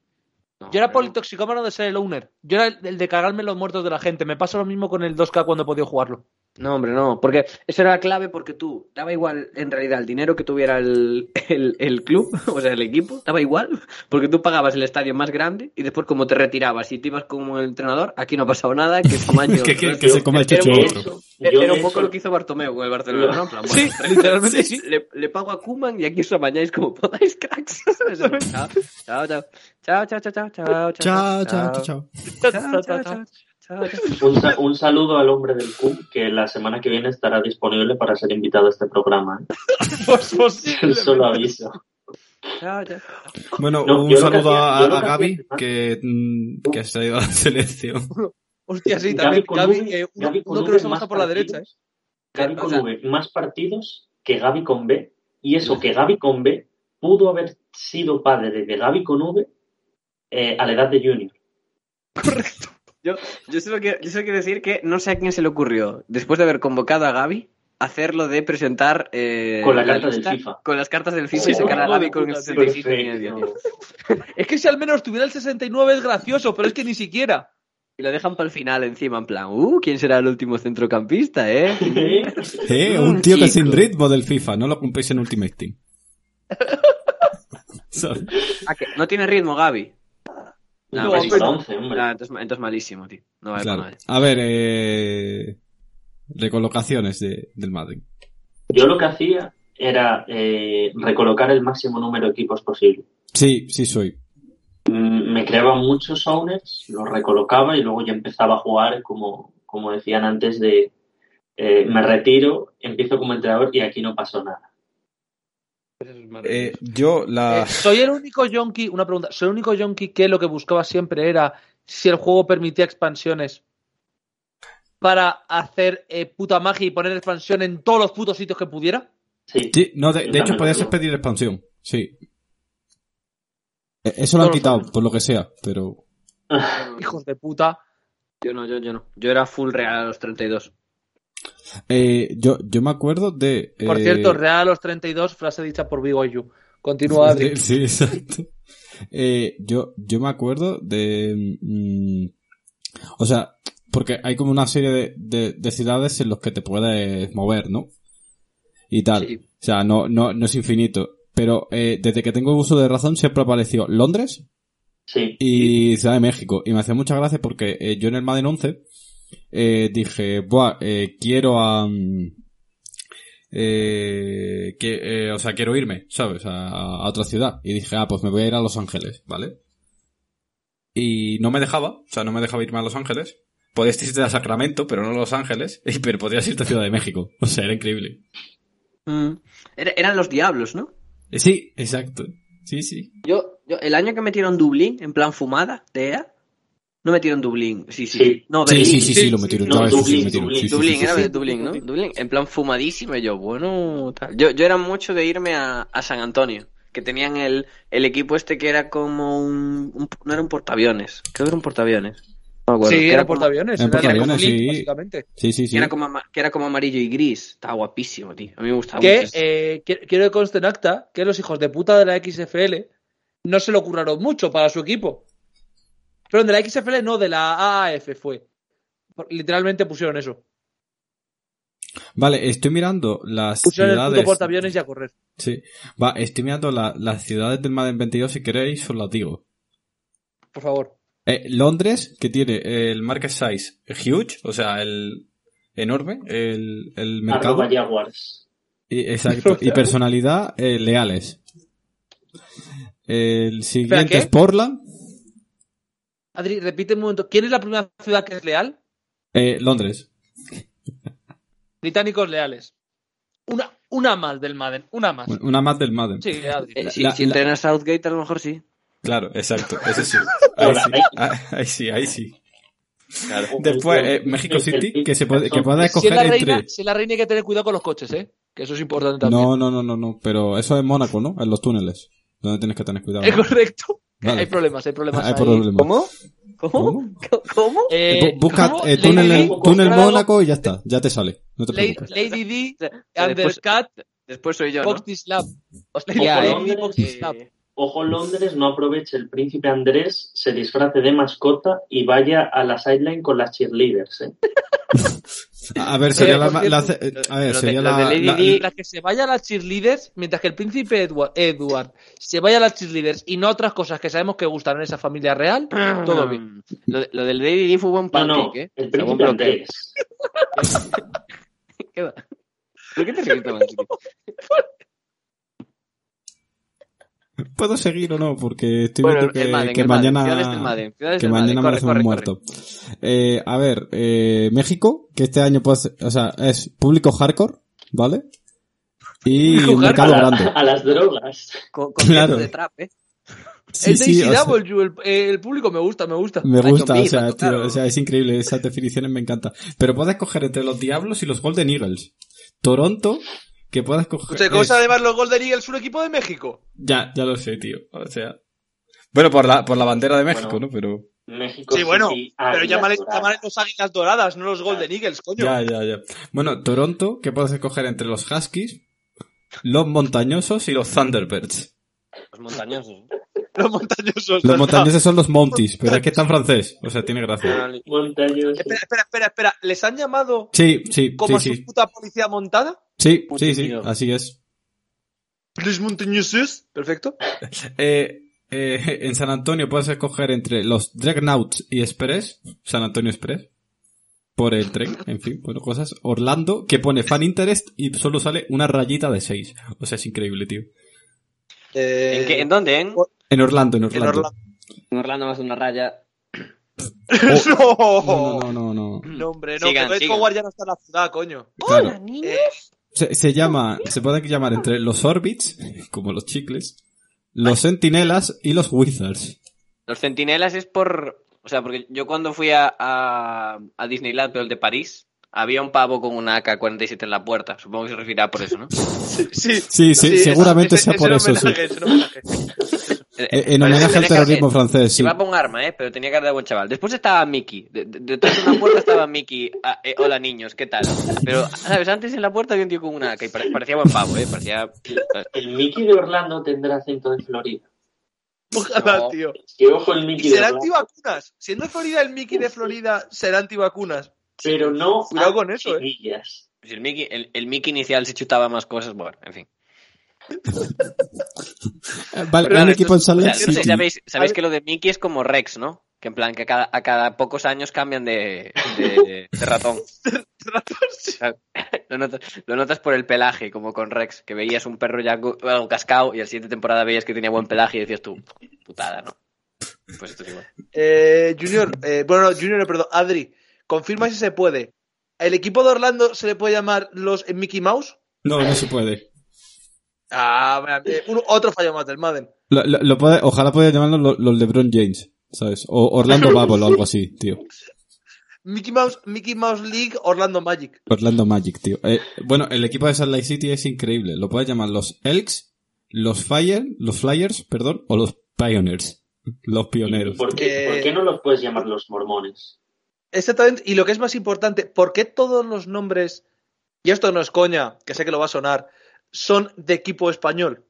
S6: No,
S2: Yo era
S6: pero-
S2: politoxicómano de ser el owner. Yo era el, el de cargarme los muertos de la gente. Me pasa lo mismo con el 2K cuando he podido jugarlo.
S6: No, hombre, no, porque eso era la clave porque tú, daba igual en realidad el dinero que tuviera el, el- el club, o sea, el equipo, daba igual, porque tú pagabas el estadio más grande y después como te retirabas y te ibas como el entrenador, aquí no ha pasado nada, que tamaño...
S3: Que- que- que se coma el
S6: Era un
S3: chocho
S6: poco-
S3: otro.
S5: Yo
S6: Era
S5: he
S6: un poco
S5: hecho-
S6: lo que hizo Bartomeu con el Barcelona, ¿no? En plan, bueno,
S2: literalmente sí.
S6: le, le pago a Kuman y aquí os amañáis como podáis, cracks. chao, chao, chao, chao, chao, chao, chao, chao,
S3: Chao, chao, chao, chao.
S6: chao, chao, chao, chao, chao.
S5: Un, sa- un saludo al hombre del CUM que la semana que viene estará disponible para ser invitado a este programa. ¿eh?
S2: Pues posiblemente.
S5: Solo aviso.
S6: Chao, chao.
S3: Bueno,
S5: No,
S3: un
S5: yo lo que
S3: saludo
S5: hacía-
S3: a,
S5: yo lo
S3: a
S5: que
S3: Gaby,
S5: hacía-
S3: que, mm, que se ha ido a la selección.
S2: Hostia, sí,
S5: Gaby
S2: también.
S5: con
S2: Gaby,
S5: V,
S2: eh, uno,
S5: Gaby con
S2: uno que
S5: V
S2: nos hemos
S5: más
S2: pasado por la
S5: partidos-
S2: derecha, ¿eh?
S5: Gaby con
S6: O sea-
S5: V más partidos que Gaby con B. Y eso que Gaby con B pudo haber sido padre de Gaby con V eh, a la edad de Junior.
S6: Yo, yo, solo quiero, yo solo quiero decir que no sé a quién se le ocurrió, después de haber convocado a Gaby, hacerlo de presentar. eh,
S5: Con la carta del
S6: lista
S5: FIFA.
S6: Con las cartas del FIFA
S5: Sí,
S6: y sacar a
S2: hijo de
S6: Gaby con el
S2: puta,
S6: 65 y medio.
S5: Perfecto.
S2: Es que si al menos tuviera el 69 es gracioso, pero es que ni siquiera.
S4: Y lo dejan para el final encima, en plan, uh, ¿quién será el último centrocampista, eh?
S3: Eh, un tío que sin ritmo del FIFA, no lo compréis en Ultimate Team. ¿Sabes?
S4: Ah, que no tiene ritmo, Gaby. No,
S5: No,
S4: malísimo.
S5: pero- Once, hombre.
S6: Ah,
S4: No, entonces, entonces malísimo, tío. No vale para
S3: Claro.
S4: nada.
S3: A ver, eh, recolocaciones de, del Madrid.
S5: Yo lo que hacía era eh, recolocar el máximo número de equipos posible.
S3: Sí, sí soy.
S5: Mm, Me creaba muchos owners, los recolocaba y luego yo empezaba a jugar, como, como decían antes, de eh, me retiro, empiezo como entrenador y aquí no pasó nada.
S3: Eh, yo la...
S2: Eh, soy el único yonki, una pregunta, soy el único yonki que lo que buscaba siempre era si el juego permitía expansiones para hacer eh, puta magia y poner expansión en todos los putos sitios que pudiera.
S5: Sí,
S3: Sí, no, de,
S5: Yo
S3: de hecho
S5: también
S3: podías
S5: lo digo.
S3: pedir expansión, sí. Eh, Eso lo han
S2: No lo
S3: quitado, por lo que sea, pero...
S2: Hijos de puta.
S4: Yo no, yo, yo no. Yo era full real a los 32.
S3: Eh, yo, yo me acuerdo de...
S2: Por
S3: eh,
S2: cierto, Real a los 32, frase dicha por BYU. Continúa, Adri.
S3: Sí, exacto. Eh, yo, yo me acuerdo de... mm, o sea, porque hay como una serie de, de- de ciudades en las que te puedes mover, ¿no? Y tal.
S4: Sí.
S3: O sea, no, no, no es infinito. Pero eh, desde que tengo uso de razón siempre apareció Londres
S5: sí.
S3: y Ciudad de México. Y me hacía muchas gracias porque eh, yo en el Madden 11 eh, dije, Buah, eh, quiero a... mm, eh, que, eh, o sea, quiero irme, ¿sabes? A, a otra ciudad. Y dije, ah, pues me voy a ir a Los Ángeles, ¿vale? Y no me dejaba, o sea, no me dejaba irme a Los Ángeles. Podías irte a Sacramento, pero no a Los Ángeles, y, pero podías irte a Ciudad de México. O sea, era increíble.
S4: Mm. Era- eran los diablos, ¿no?
S3: Eh, Sí, exacto. Sí, sí.
S4: Yo, yo, el año que metieron Dublín, en plan fumada, de EA, no metieron Dublín. Sí, sí.
S5: Sí.
S4: No,
S3: Sí,
S4: Berlín.
S3: sí, sí, sí,
S2: sí,
S3: lo
S2: sí,
S3: metieron.
S5: no,
S3: No, eso sí, lo
S5: Dublín,
S3: metieron. Sí, sí, sí,
S4: Dublín,
S3: sí,
S4: era
S3: sí.
S4: de Dublín, ¿no? Dublín, en plan fumadísimo, y yo, bueno, tal. Yo, yo era mucho de irme a, a San Antonio, que tenían el, el equipo este que era como un, un- No era un portaaviones, creo que era un portaaviones. No me acuerdo,
S2: sí,
S4: que
S2: era
S4: como-
S2: portaaviones.
S3: Era
S2: Era, la
S3: portaaviones,
S2: League,
S3: sí.
S2: básicamente.
S3: Sí, sí,
S4: que
S3: sí.
S4: era como, ama- que era como amarillo y gris, estaba guapísimo, tío. A mí me gustaba
S2: Que
S4: mucho.
S2: eh, qui- quiero que conste en acta que los hijos de puta de la XFL no se lo curraron mucho para su equipo. Pero de la XFL no, de la AAF fue. Por- Literalmente pusieron eso.
S3: Vale, estoy mirando las
S2: Pusieron el puto
S3: ciudades.
S2: portaaviones y a correr.
S3: Sí. Va, estoy mirando la- las ciudades del Madden 22 si queréis os las digo.
S2: Por favor.
S3: Eh, Londres, que tiene el market size huge, o sea, el enorme, el, el mercado.
S5: Arroba Jaguars.
S3: Y, exacto. Y personalidad eh, leales. El siguiente
S2: ¿qué?
S3: es Portland,
S2: Adri, repite un momento. ¿Quién es la primera ciudad que es leal?
S3: eh, Londres.
S2: Británicos leales. Una, una más del Madden. Una más.
S3: Una más del Madden.
S2: Sí, Adri.
S4: Eh, si
S3: la-
S4: si
S3: la-
S4: entrenas Southgate, a lo mejor sí.
S3: Claro, exacto. Eso sí. Ahí sí. Ah, Ahí sí, ahí sí. Después, eh, México City, que se puede, que pueda
S2: Si es,
S3: escoger
S2: la
S3: entre.
S2: reina, si es la reina hay que tener cuidado con los coches, ¿eh? Que eso es importante también.
S3: No, no, no, no, no. Pero eso es Mónaco, ¿no? En los túneles. Donde tienes que tener cuidado.
S2: Es correcto.
S3: Vale.
S2: Hay problemas, hay problemas.
S3: Hay
S2: ahí.
S3: problemas.
S4: ¿Cómo? ¿Cómo?
S3: ¿Cómo?
S4: ¿Cómo?
S2: Eh,
S3: Eh, bu- busca
S2: ¿cómo?
S3: eh, túnel,
S2: Lady
S5: Di,
S3: túnel
S2: comprar algo-
S3: Mónaco y ya está. Ya te sale. No te
S2: Lady,
S3: preocupes.
S2: Lady Di,
S4: O sea, después,
S2: Undercut,
S4: pues, después soy yo, ¿no?
S2: Box This Lab.
S4: Hostia,
S5: Ojo,
S4: eh.
S5: Londres,
S2: Boxing Snap.
S4: Eh,
S5: Ojo, Londres no aproveche el príncipe Andrés, se disfrace de mascota y vaya a la sideline con las cheerleaders. ¿eh?
S3: A ver, sería
S2: Eh,
S3: la.
S2: por cierto,
S3: la- eh, a ver,
S4: lo de-
S3: sería
S4: lo de
S3: la.
S4: Lady
S3: la-
S4: Di-
S2: Mientras que se vaya a las cheerleaders, mientras que el príncipe Edward, Edward se vaya a las cheerleaders y no a otras cosas que sabemos que gustan en esa familia real, todo bien.
S4: Lo, de- lo del Lady Di fue buen
S5: No, no,
S4: pancake, ¿eh?
S5: el
S4: Fue buen
S5: príncipe
S4: bloqueo.
S5: Andrés.
S4: ¿Qué va? ¿Por qué te ríes, Tomás?
S3: ¿Puedo seguir o no? Porque estoy
S4: Bueno,
S3: viendo
S4: el
S3: que,
S4: Madden,
S3: que
S4: el Madden, ciudades del
S3: mañana.
S4: Madden, ciudades
S3: Que
S4: del Madden,
S3: mañana
S4: corre,
S3: merecemos
S4: corre,
S3: muerto. Eh, a ver, eh, México, que este año pues, o sea, es público hardcore, ¿vale? Y
S2: Público
S5: A,
S3: mercado
S5: la-
S3: grande.
S5: a las drogas.
S4: corre. Con, con
S3: Claro.
S4: tiempo de trap, ¿eh?
S3: Sí,
S2: el de
S3: sí, o sea,
S2: ECW, el, eh, el público me gusta, me gusta.
S3: me
S4: Hay
S3: gusta, o
S4: zombies,
S3: sea,
S4: macho,
S3: tío,
S4: claro.
S3: o sea, es increíble, esas definiciones me encantan. Pero puedes coger entre los Diablos y los Golden Eagles. Toronto, que puedes coger...
S2: Usted cosa
S3: eh,
S2: además los Golden Eagles, un equipo de México.
S3: Ya, ya lo sé, tío, o sea... Bueno, por la, por la bandera de México,
S5: Bueno.
S3: ¿no? Pero...
S5: México
S2: Sí, bueno,
S5: City,
S2: pero
S5: Águilas
S2: llámale,
S5: Doradas.
S2: llámale los Águilas Doradas, no los Golden Eagles, coño.
S3: Ya, ya, ya. Bueno, Toronto, que puedes escoger entre los Huskies, los Montañosos y los Thunderbirds.
S4: Los montañosos.
S2: Los montañosos.
S3: Los
S2: No,
S3: montañeses son los Montis, pero es que están francés. O sea, tiene
S4: Ah.
S3: gracia.
S5: Montañoso.
S2: Espera, espera, espera, espera. ¿Les han llamado
S3: Sí, sí,
S2: como
S3: sí,
S2: a su
S3: sí.
S2: puta policía montada?
S3: Sí,
S4: puto
S3: sí, sí,
S4: mío.
S3: así es.
S2: Los montañosos. Perfecto.
S3: Eh, eh, en San Antonio puedes escoger entre los Dreadnoughts y Express, San Antonio Express, por el tren, en fin, bueno, cosas. Orlando, que pone fan interest y solo sale una rayita de 6. O sea, es increíble, tío.
S2: Eh,
S4: ¿En, qué- en dónde? En,
S3: En Orlando, en
S2: en
S3: Orlando.
S2: Orlando.
S4: en Orlando más de una raya.
S2: No.
S3: No, no, no, no. no.
S2: No, hombre, no,
S4: Sigan,
S2: que Toy
S4: sigan.
S2: Coward ya no está en la ciudad, coño.
S3: Claro.
S2: Eh,
S3: Se, se llama, se pueden llamar entre los Orbits, como los chicles, los Centinelas y los Wizards.
S4: Los centinelas es por. O sea, porque yo cuando fui a, a, a Disneyland, pero el de París, había un pavo con una AK-47 en la puerta. Supongo que se referirá por eso, ¿no?
S2: sí, sí,
S3: Sí, sí, seguramente
S2: ese-
S3: sea
S2: ese
S3: por
S2: es un
S3: eso, sí.
S2: homenaje, es un homenaje.
S4: Eh,
S3: Eh, En
S4: pero
S3: homenaje al
S4: tenía
S3: terrorismo
S4: cara-
S3: francés, sí.
S4: Iba con arma, ¿eh? Pero tenía cara de buen chaval. Después estaba Mickey. De- de- detrás de una puerta estaba Mickey. Ah, eh, hola, niños, ¿qué tal? Pero, ¿sabes? Antes en la puerta había un tío con una AK y pare- parecía buen pavo, ¿eh? Parecía...
S5: El Mickey de Orlando tendrá acento de Florida.
S2: Ojalá,
S4: No.
S2: tío.
S5: Que ojo el
S2: Y
S5: Mickey de
S2: será
S5: Orlando.
S2: antivacunas. Siendo Florida el Mickey de Florida, será antivacunas.
S5: Pero no.
S2: Cuidado
S5: a
S2: con eso, eh.
S5: chiquillas.
S4: El Mickey, el, el Mickey inicial se chutaba más cosas, bueno, en fin.
S3: Eh, Vale,
S2: Pero
S3: un
S2: vale,
S3: equipo en Salt
S4: O sea,
S3: Lake
S2: sí,
S4: sí,
S3: City.
S4: sabéis, sabéis
S2: Al-
S4: que lo de Mickey es como Rex, ¿no? Que en plan que a cada, a cada pocos años cambian de, de- de ratón. Lo notas, lo notas por el pelaje, como con Rex, que veías un perro ya cu- algo cascado y al siguiente temporada veías que tenía buen pelaje y decías tú, putada, ¿no? Pues esto es igual.
S2: Eh, junior, eh, bueno, no, Junior, no, perdón, Adri, confirma si se puede. ¿El equipo de Orlando se le puede llamar los eh, Mickey Mouse?
S3: No, no se puede.
S2: Ah, vean, eh, uno- otro fallo más del Madden.
S3: Lo- lo- lo puede- ojalá pueda llamarlo lo- los LeBron James, ¿sabes? O Orlando Babel o algo así, tío.
S2: Mickey Mouse, Mickey Mouse League, Orlando Magic.
S3: Orlando Magic, tío. Eh, bueno, el equipo de Salt Lake City es increíble. Lo puedes llamar los Elks, los Fire, los Flyers, perdón, o los Pioneers. Los pioneros.
S5: ¿Por qué,
S2: Eh,
S5: ¿Por qué no los puedes llamar los mormones?
S2: Exactamente, Este y lo que es más importante, ¿por qué todos los nombres, y esto no es coña, que sé que lo va a sonar, son de equipo español,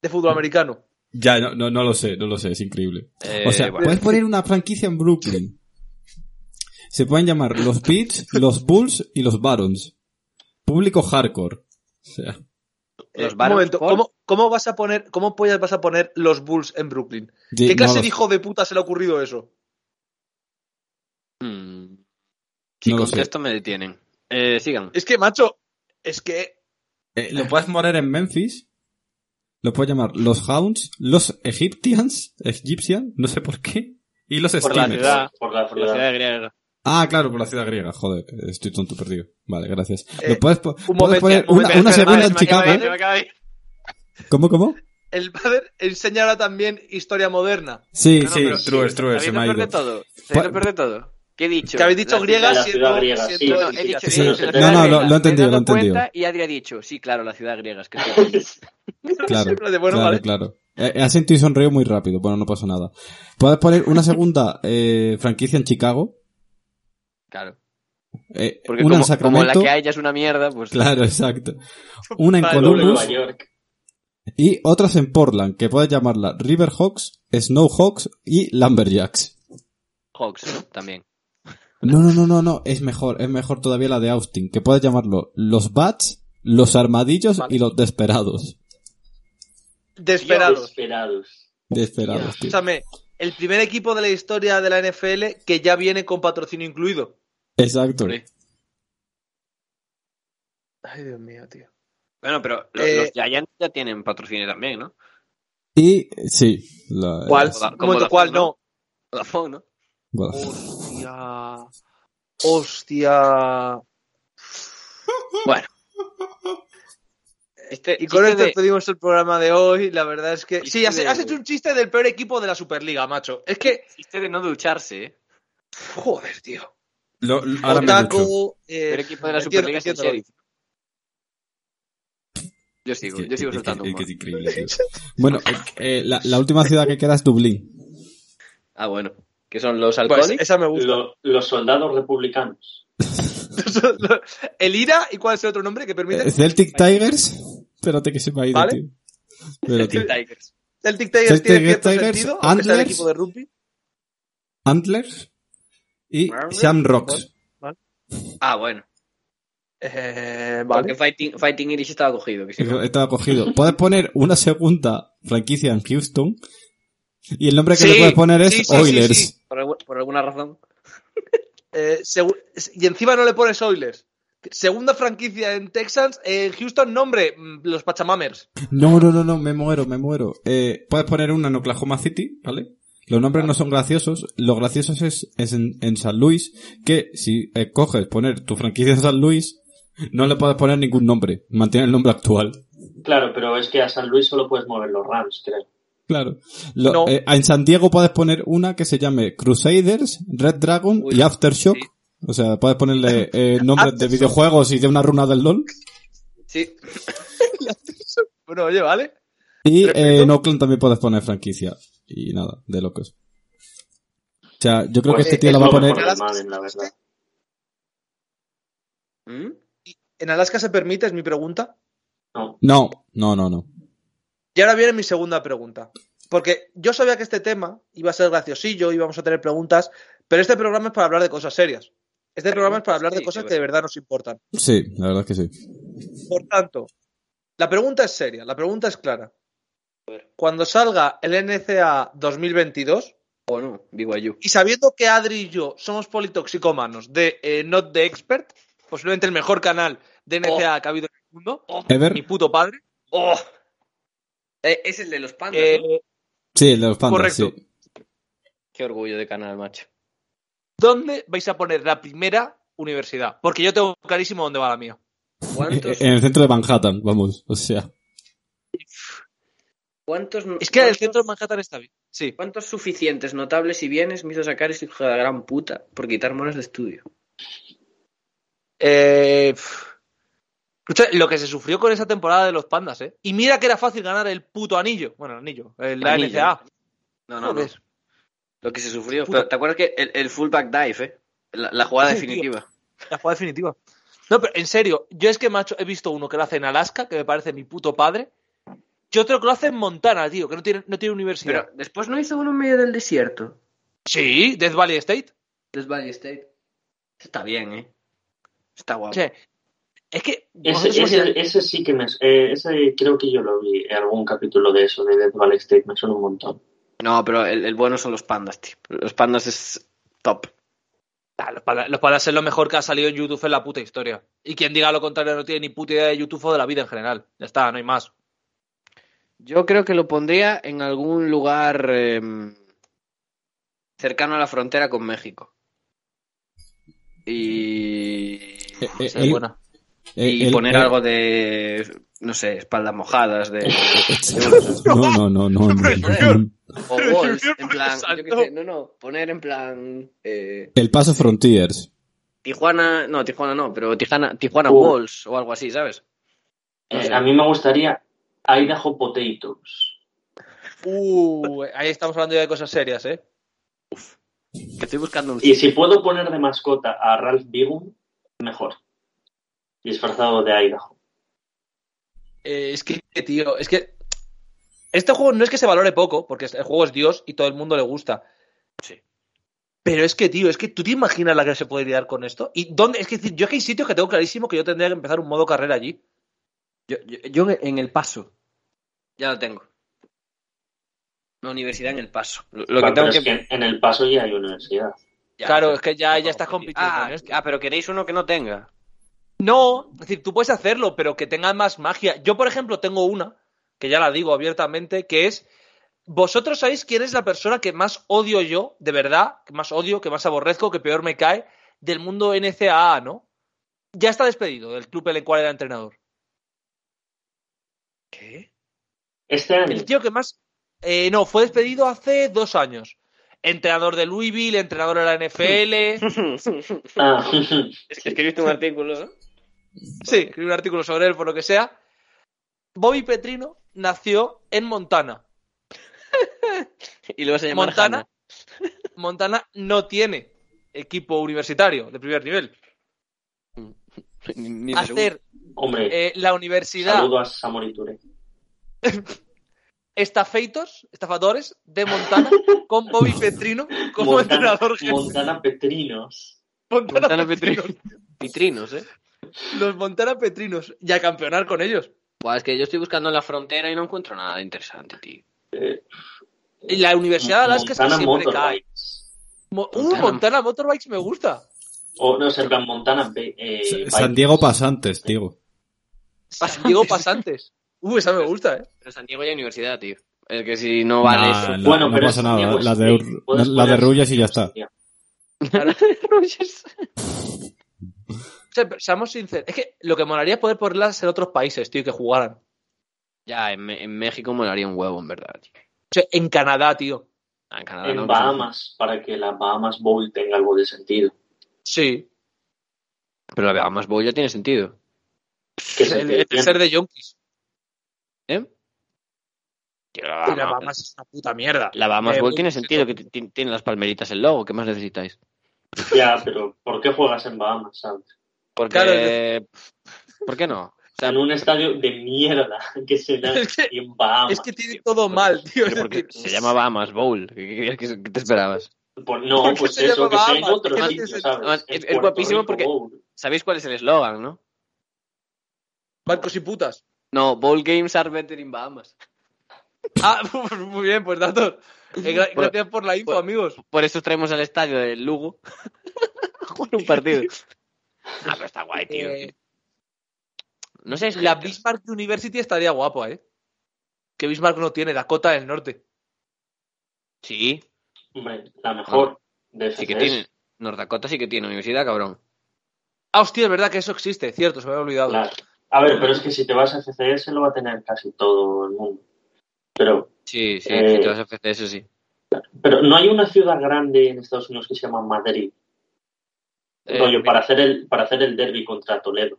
S2: de fútbol
S3: Mm.
S2: americano?
S3: Ya, no, no, no lo sé, no lo sé, es increíble.
S4: Eh,
S3: O sea, pues,
S4: bueno.
S3: puedes poner una franquicia en Brooklyn. Se pueden llamar los Beats, los Bulls y los Barons. Público hardcore. O sea,
S4: Los
S2: Eh, un
S4: Barons,
S2: momento,
S4: por-
S2: ¿cómo, cómo vas a poner, cómo pollas vas a poner los Bulls en Brooklyn?
S3: sí,
S2: ¿Qué
S3: no
S2: clase
S3: lo
S2: de
S3: sé.
S2: hijo de puta se le ha ocurrido eso?
S4: Mm. Si
S3: No lo sé.
S4: contesto me detienen. Eh, sigan.
S2: Es que, macho, es que
S3: Eh, lo puedes poner en Memphis. Lo puedes llamar los Hounds, los Egyptians, Egyptian, no sé por qué, y los
S4: Por la
S3: Steamers.
S4: ciudad.
S5: Por la
S4: La
S5: ciudad.
S4: ciudad griega.
S3: Ah, claro, por la ciudad griega, joder, estoy tonto perdido. Vale, gracias.
S2: Eh,
S3: Lo puedes, po-
S2: un momento,
S3: puedes poner
S2: un
S3: una,
S2: momento,
S3: una
S2: espera,
S3: segunda
S2: vale,
S3: en
S2: se me acaba de
S3: Chicago.
S2: ir, se me acaba de ir.
S3: ¿Cómo, cómo?
S2: el padre enseñará también historia moderna.
S3: Sí,
S4: No, no,
S3: sí,
S4: pero-
S3: Truers, Truers, Pues se
S4: Habéis
S3: me ha
S4: lo peor de
S3: ido.
S4: todo.
S3: Pa-
S4: Habéis lo peor de todo. ¿Qué he dicho?
S2: Que habéis dicho
S4: La
S2: griega
S5: ciudad
S2: siendo,
S5: griega,
S2: siendo
S5: sí.
S4: No, he dicho, he
S2: identificación.
S4: dicho, la
S5: Sí.
S4: ciudad
S5: No, no,
S4: griega.
S3: lo- lo he
S4: Me he
S3: entendido,
S4: dado
S3: lo he entendido.
S4: cuenta Y Adri ha dicho, sí, claro, la ciudad griega. Es que estoy-
S3: Claro,
S2: Siempre de, bueno,
S3: claro,
S2: vale.
S3: claro. Eh, eh, ha sentido y sonreído muy rápido, bueno, no pasa nada. Puedes poner una segunda eh, franquicia en Chicago,
S4: Claro.
S3: eh,
S4: Porque
S3: una en
S4: como, como
S3: Sacramento.
S4: la que hay ya es una mierda, pues...
S3: Claro, exacto. Una en
S2: Vale,
S5: Por
S3: Columbus,
S5: Nueva York.
S3: Y otras en Portland, que puedes llamarla Riverhawks, Snowhawks y Lumberjacks.
S4: Hawks, ¿no? También.
S3: No, no, no, no, no, es mejor, es mejor todavía la de Austin, que puedes llamarlo los Bats, los Armadillos y los Desperados.
S2: Desesperados.
S5: Desesperados.
S3: Desperados, tío.
S2: Escúchame, el primer equipo de la historia de la NFL que ya viene con patrocinio incluido.
S3: Exacto.
S4: Hombre.
S2: Ay, Dios mío, tío.
S4: Bueno, pero los,
S2: Eh,
S4: los Giants ya tienen patrocinio también, ¿no?
S3: Y, sí, la,
S2: ¿Cuál?
S3: es-
S4: como
S2: Un momento,
S4: Vodafone,
S2: ¿Cuál?
S4: ¿no?
S2: No.
S4: Vodafone, ¿no?
S3: bueno.
S2: Hostia. Hostia.
S4: Bueno. Este
S2: Y con
S4: chiste
S2: esto
S4: de-
S2: pedimos el programa de hoy. La verdad es que.
S4: Chiste
S2: Sí, has,
S4: de-
S2: has hecho un chiste del peor equipo de la Superliga, macho. Es que.
S4: chiste de no ducharse, ¿eh?
S2: Joder, tío.
S3: Lo- lo- ahora me ducho.
S2: Otaku. eh,
S4: El equipo de la
S2: entiendo,
S4: Superliga es el
S2: entiendo.
S4: Sheriff. Yo sigo, yo sigo
S3: Es que-
S4: soltando
S3: es que
S4: humor.
S3: es increíble, tío. Bueno, eh, la, la última ciudad que queda es Dublín.
S4: Ah, bueno. Que son los
S2: Pues
S4: alcohólicos.
S2: esa me gusta.
S5: Lo- los soldados republicanos.
S2: el IRA y cuál es el otro nombre que permite.
S3: Eh, Celtic Tigers. Espérate que se me ha ido,
S2: Vale.
S3: tío. Pero, tío.
S4: Tigers.
S2: El Tic Tigers tiene
S3: Tigers,
S2: cierto
S3: Tigers,
S2: sentido, aunque sea el
S3: Antlers.
S2: equipo de rugby.
S3: Antlers y Shamrocks.
S4: Ah, bueno.
S5: Eh,
S4: Porque
S5: vale.
S4: Fighting, Fighting Irish estaba cogido. Que sí.
S3: Estaba cogido. Puedes poner una segunda franquicia en Houston y el nombre que
S2: Sí,
S3: le puedes poner es
S2: sí, sí,
S3: Oilers.
S2: sí, sí.
S4: por, algu- por alguna razón.
S2: Eh, segu- y encima no le pones Oilers. Segunda franquicia en Texans, en Houston, nombre, mm, los Pachamamers.
S3: No, no, no, no, me muero, me muero. Eh, puedes poner una en Oklahoma City, ¿vale? Los nombres no son graciosos, lo gracioso es, es en, en San Luis, que si eh, coges poner tu franquicia en San Luis, no le puedes poner ningún nombre, mantiene el nombre actual.
S5: Claro, pero es que a San Luis solo puedes mover los Rams, creo.
S3: Claro. Lo-
S2: No.
S3: eh, en San Diego puedes poner una que se llame Crusaders, Red Dragon
S4: Uy,
S3: y Aftershock.
S4: sí.
S3: O sea, puedes ponerle eh, nombres de
S2: Aftershock.
S3: videojuegos y de una runa del LOL.
S4: Sí.
S2: Bueno, oye, ¿vale?
S3: Y eh,
S2: Perfecto.
S3: en Oakland también puedes poner franquicia. Y nada, de locos. O sea, yo creo
S5: Pues
S3: que este
S5: eh,
S3: tío
S5: es
S3: la va a
S5: lo
S3: poner...
S5: mejor del Madden, la verdad.
S4: ¿Mm?
S2: ¿En Alaska se permite? Es mi pregunta.
S5: No.
S3: No, no, no, no.
S2: Y ahora viene mi segunda pregunta. Porque yo sabía que este tema iba a ser graciosillo, íbamos a tener preguntas, pero este programa es para hablar de cosas serias. Este programa es para hablar de
S4: sí,
S2: cosas
S4: sí,
S2: que de verdad nos importan.
S3: Sí, la verdad es que sí.
S2: Por tanto, la pregunta es seria, la pregunta es clara. Cuando salga el NCA 2022,
S4: O no, BYU.
S2: y sabiendo que Adri y yo somos politoxicomanos de eh, Not the Expert, posiblemente el mejor canal de NCA que ha habido en el mundo, mi
S3: ¿Ever?
S2: puto padre,
S4: ¡Oh! Eh, es el de los pandas.
S2: eh,
S4: ¿no?
S3: Sí, el de los pandas,
S2: correcto.
S3: sí.
S4: Qué orgullo de canal, macho.
S2: ¿dónde vais a poner la primera universidad? Porque yo tengo clarísimo dónde va la mía.
S4: ¿Cuántos,
S3: Eh, En el centro de Manhattan, vamos. O sea,
S4: cuántos,
S2: Es que el
S4: cuántos-
S2: centro de Manhattan está bien. Sí.
S4: ¿Cuántos suficientes, notables y bienes me hizo sacar ese hijo de la gran puta por quitar monos de estudio?
S2: Eh, pf. Escucha, lo que se sufrió con esa temporada de los pandas, ¿eh? Y mira que era fácil ganar el puto anillo. Bueno, el anillo, el- la
S4: Anillo.
S2: NCA.
S4: No, no, no.
S2: Joder.
S4: Lo que se sufrió.
S2: Puta.
S4: Pero, ¿Te acuerdas que el, el fullback dive, eh? La, la jugada
S2: Sí,
S4: definitiva.
S2: La jugada definitiva. No, pero en serio, yo es que macho, he visto uno que lo hace en Alaska, que me parece mi puto padre, y otro que lo hace en Montana, tío, que no tiene, no tiene universidad.
S4: Pero después no hizo uno en medio del desierto.
S2: Sí, Death Valley State.
S4: Death Valley State. Está bien, eh. Está guapo.
S2: O sea, es que.
S5: Ese,
S2: vosotros sois-
S5: ese, ese sí que me. eh, ese creo que yo lo vi en algún capítulo de eso, de Death Valley State, me suena un montón.
S4: No, pero el, el bueno son los pandas, tío. Los pandas es top.
S2: Ah, los palas los Palas es lo mejor que ha salido en YouTube en la puta historia. Y quien diga lo contrario no tiene ni puta idea de YouTube o de la vida en general. Ya está, no hay más.
S4: Yo creo que lo pondría en algún lugar eh, cercano a la frontera con México. Y.
S3: Eh, eh,
S2: Esa
S3: el-
S2: es buena.
S3: el-
S4: y
S3: el-
S4: poner
S3: el-
S4: algo de. No sé, espaldas mojadas, de.
S3: No, no, no, no. no, no.
S4: o walls, en plan.
S2: Exacto.
S4: Yo qué sé, no, no. Poner en plan. eh,
S3: El paso Frontiers.
S4: Tijuana. No, Tijuana no, pero Tijuana, Tijuana
S5: Uh.
S4: Walls o algo así, ¿sabes?
S5: Eh, a mí me gustaría Idaho Potatoes.
S2: Uh, ahí estamos hablando ya de cosas serias, ¿eh?
S4: Que estoy buscando un.
S5: Y si puedo poner de mascota a Ralph Bigum, mejor. Disfrazado de Idaho.
S2: Eh, es que, tío, es que. Este juego no es que se valore poco, porque el juego es Dios y todo el mundo le gusta.
S4: Sí.
S2: Pero es que, tío, es que tú te imaginas la que se puede lidiar con esto. ¿Y dónde? Es que es decir, yo es que hay sitios que tengo clarísimo que yo tendría que empezar un modo carrera allí.
S4: Yo, yo- yo en el paso. Ya lo tengo. La universidad en el paso. Lo, lo que
S5: Claro,
S4: tengo
S5: pero
S4: que.
S5: es que en el paso ya hay universidad.
S4: Ya,
S2: claro,
S4: pero-
S2: es que ya, ya estás compitiendo.
S4: Ah,
S2: en esto.
S4: ah, pero queréis uno que no tenga.
S2: No, es decir, tú puedes hacerlo, pero que tenga más magia. Yo, por ejemplo, tengo una, que ya la digo abiertamente, que es, vosotros sabéis quién es la persona que más odio yo, de verdad, que más odio, que más aborrezco, que peor me cae, del mundo NCAA, ¿no? Ya está despedido del club en el cual era entrenador.
S4: ¿Qué?
S5: Este año.
S2: El tío que más... eh, no, fue despedido hace dos años. Entrenador de Louisville, entrenador de la NFL.
S4: es
S5: Ah,
S4: que escribiste un artículo, ¿no?
S2: Sí, escribí un artículo sobre él, por lo que sea. Bobby Petrino nació en Montana.
S4: Y lo vas a llamar
S2: Montana,
S4: Hannah.
S2: Montana no tiene equipo universitario de primer nivel.
S4: Ni- ni de
S2: Hacer
S5: hombre,
S2: eh, la universidad
S5: saludo a Samori Touré.
S2: estafeitos, estafadores de Montana con Bobby Petrino como
S5: Montana,
S2: entrenador jefe.
S5: Montana Petrinos.
S2: Montana
S4: Montana
S2: Petrinos.
S4: Vitrinos, ¿eh?
S2: Los Montana Petrinos. Y a campeonar con ellos.
S4: Buah, es que yo estoy buscando en la frontera y no encuentro nada interesante, tío.
S2: Y Pues la Universidad de Alaska es que
S5: Montana
S2: siempre cae.
S5: Motorbikes.
S2: Mo- uh,
S4: Montana.
S2: Montana Motorbikes me gusta.
S5: O, no, o sea, en plan, Montana Be- eh,
S3: Sa-
S5: Bikes.
S3: San Diego Pasantes, digo.
S2: Pas- Diego Pasantes. Uh, esa me gusta, ¿eh?
S4: Pero San Diego ya hay universidad, tío. Es que si no vales...
S3: Nah, no,
S5: Bueno,
S3: no
S5: pero
S3: pasa
S5: San
S3: nada. ¿eh?
S5: Diego
S3: La de,
S5: State,
S3: Ur-
S5: puedes
S3: la de
S5: poner-
S3: Rullas y ya está.
S2: O sea, pero seamos sinceros. Es que lo que molaría es poder ponerlas en otros países, tío, y que jugaran. O
S4: Ya, en, Me- en México molaría un huevo, en verdad, tío.
S2: sea, en Canadá, tío.
S4: Ah, En Canadá no,
S5: En
S4: que se-
S5: Bahamas, para que la Bahamas Bowl tenga algo de sentido.
S2: Sí.
S4: Pero la de Bahamas Bowl ya tiene sentido.
S5: Que
S2: Es
S5: se
S2: el,
S5: te
S2: el tercer de Yonkis.
S4: ¿Eh? Tío, la
S2: Y la
S4: Bahamas-
S2: Bahamas es una puta mierda.
S4: la Bahamas
S2: Eh,
S4: Bowl
S2: un-
S4: tiene sentido, que ti- ti- tiene las palmeritas el logo. ¿Qué más necesitáis?
S5: entiende. Ya, pero ¿por qué juegas en Bahamas, sabes?
S2: Claro,
S4: Porque... ¿Por qué no? O sea,
S5: En un estadio de mierda que se da
S2: Es que-
S5: en Bahamas.
S2: Es que tiene todo mal, tío.
S4: pero porque
S2: Es
S4: se
S2: decir,
S4: llama Bahamas Bowl. ¿Qué, qué querías que- qué te esperabas?
S5: Por- no,
S2: ¿Por qué
S5: pues
S2: se
S5: eso,
S2: llama
S5: que sea en
S2: Bahamas?
S5: otro
S2: ¿Qué
S5: sitio,
S2: haces?
S5: ¿sabes?
S4: Además, es-
S5: En
S4: es
S5: Puerto
S4: guapísimo
S5: Rico
S4: porque-
S5: Bowl.
S4: ¿Sabéis cuál es el eslogan, no?
S2: Bancos y putas.
S4: No, Bowl Games are better in Bahamas.
S2: Ah, muy bien, pues datos. Eh, gra-
S4: Bueno,
S2: gracias por la info,
S4: bueno.
S2: amigos.
S4: Por eso traemos al estadio del Lugo a jugar un partido. Ah, pero está guay, tío.
S2: Eh,
S4: No sé, es
S2: La
S4: gente.
S2: Bismarck University estaría guapo, ¿eh? Que Bismarck no tiene, Dakota del Norte.
S4: Sí,
S5: Hombre, la mejor de
S4: Ah. sí que
S5: FCS.
S4: tiene. North Dakota sí que tiene universidad, cabrón.
S2: Ah, hostia, es verdad que eso existe, cierto, se me había olvidado.
S5: Claro. A ver, pero es que si te vas a FCS lo va a tener casi todo el mundo. Pero,
S4: Sí, sí,
S5: Eh.
S4: sí, todas las FCS, sí.
S5: pero no hay una ciudad grande en Estados Unidos que se llama Madrid.
S4: Eh,
S5: Rollo, para hacer el para hacer el derby contra Toledo.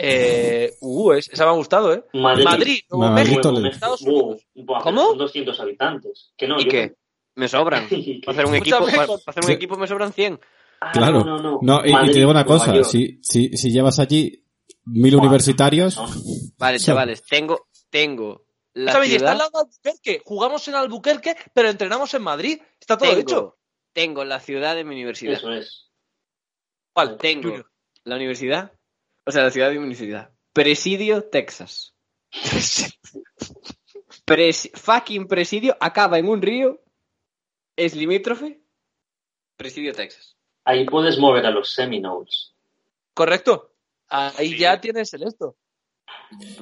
S2: Eh, uh, es- esa me ha gustado, ¿eh?
S5: Madrid.
S2: Madrid, Nuevo
S5: Nuevo
S3: Madrid,
S2: México,
S5: México.
S2: Estados
S5: Wow,
S2: Unidos.
S5: buah,
S4: ¿Cómo?
S5: Son 200 habitantes. Que no,
S4: ¿Y
S5: yo-
S4: qué? Me sobran.
S5: Y que-
S4: Para hacer un equipo,
S2: Escúchame,
S4: para,
S2: con-
S4: para hacer un
S3: Sí.
S4: equipo me sobran 100.
S5: Ah,
S3: Claro.
S5: No, no, no.
S3: No, y- y,
S5: Madrid,
S3: te digo una
S5: Nueva
S3: cosa.
S5: York.
S3: Si, si, si llevas allí mil universitarios,
S5: No,
S4: Vale,
S3: Sí.
S4: chavales, tengo, tengo la
S2: ¿Sabes? Y está
S4: ciudad,
S2: al lado de Albuquerque. Jugamos en Albuquerque, pero entrenamos en Madrid. Está todo hecho.
S4: tengo, tengo la ciudad de mi universidad.
S5: Eso es.
S2: Vale,
S4: Tengo
S2: Junior.
S4: la universidad, o sea, la ciudad de mi universidad. Presidio, Texas. Pres- fucking presidio acaba en un río, es limítrofe, Presidio, Texas.
S5: Ahí puedes mover a los Seminoles.
S2: Correcto. Ahí
S5: Sí.
S2: ya tienes el esto.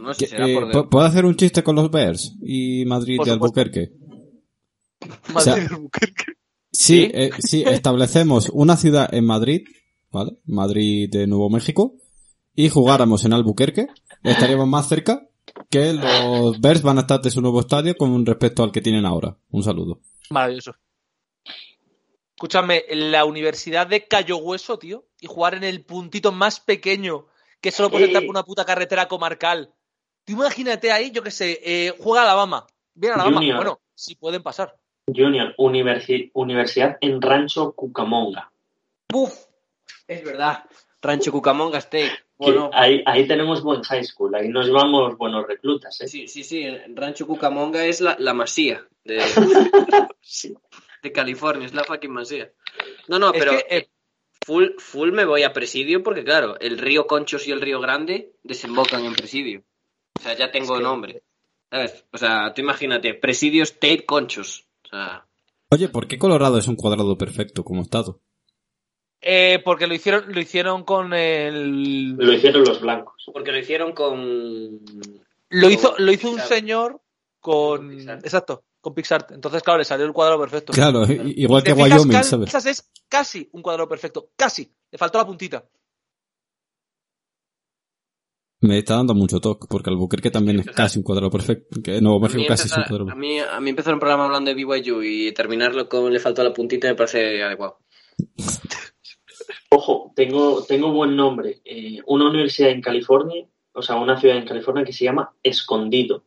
S4: No sé,
S3: que,
S4: será
S3: eh,
S4: por...
S3: ¿pu- ¿puedo hacer un chiste con los Bears y Madrid
S2: Por
S3: y
S2: supuesto.
S3: Albuquerque?
S2: Madrid,
S3: O sea,
S2: Albuquerque.
S3: Sí,
S4: ¿Sí?
S3: eh, sí, establecemos una ciudad en Madrid, ¿vale? Madrid de Nuevo México, y jugáramos en Albuquerque, estaríamos más cerca que los Bears van a estar de su nuevo estadio con respecto al que tienen ahora. Un saludo.
S2: Maravilloso. Escúchame, la Universidad de Cayo Hueso, tío, y jugar en el puntito más pequeño, que solo puede
S5: Sí.
S2: entrar por una puta carretera comarcal. Tú imagínate ahí, yo qué sé, eh, juega Alabama. Viene Alabama.
S5: Junior.
S2: Bueno, si pueden pasar.
S5: Junior, universi- universidad en Rancho Cucamonga.
S2: ¡Buf!
S4: Es verdad. Rancho Cucamonga State.
S5: Que
S4: Bueno,
S5: ahí, ahí tenemos buen high school, ahí nos vamos buenos reclutas.
S2: Ah,
S5: ¿eh?
S4: sí, sí, sí. el Rancho Cucamonga es la, la masía de, de California. Es la fucking masía. No, no,
S2: Es
S4: pero
S2: que, eh,
S4: full, full me voy a Presidio porque, claro, el río Conchos y el río Grande desembocan en Presidio. O sea, ya tengo
S2: Es que-
S4: nombre. ¿Sabes? O sea, tú imagínate, Presidio State Conchos. O sea,
S3: Oye, ¿por qué Colorado es un cuadrado perfecto como estado?
S2: eh, porque lo hicieron, lo hicieron con el.
S5: Lo hicieron los blancos.
S4: porque lo hicieron con...
S2: Lo hizo,
S4: con
S2: lo hizo un
S4: Pixar.
S2: señor con.
S4: Con Pixar.
S2: exacto, con Pixar. Entonces, claro, le salió el cuadro perfecto.
S3: Claro, i- igual que
S2: Te fijas,
S3: Wyoming,
S2: Kansas
S3: ¿sabes?
S2: es casi un cuadro perfecto. Casi. Le faltó la puntita.
S3: Me está dando mucho toque, porque Albuquerque también es
S4: o sea,
S3: casi un cuadrado perfecto, que Nuevo
S4: A mí
S3: México casi es un
S4: empezar-
S3: cuadrado
S4: a
S3: perfecto.
S4: mí, a mí empezar un programa hablando de BYU y terminarlo con le faltó la puntita me parece adecuado.
S5: Ojo, tengo, tengo buen nombre. Eh, una universidad en California, o sea, una ciudad en California que se llama Escondido.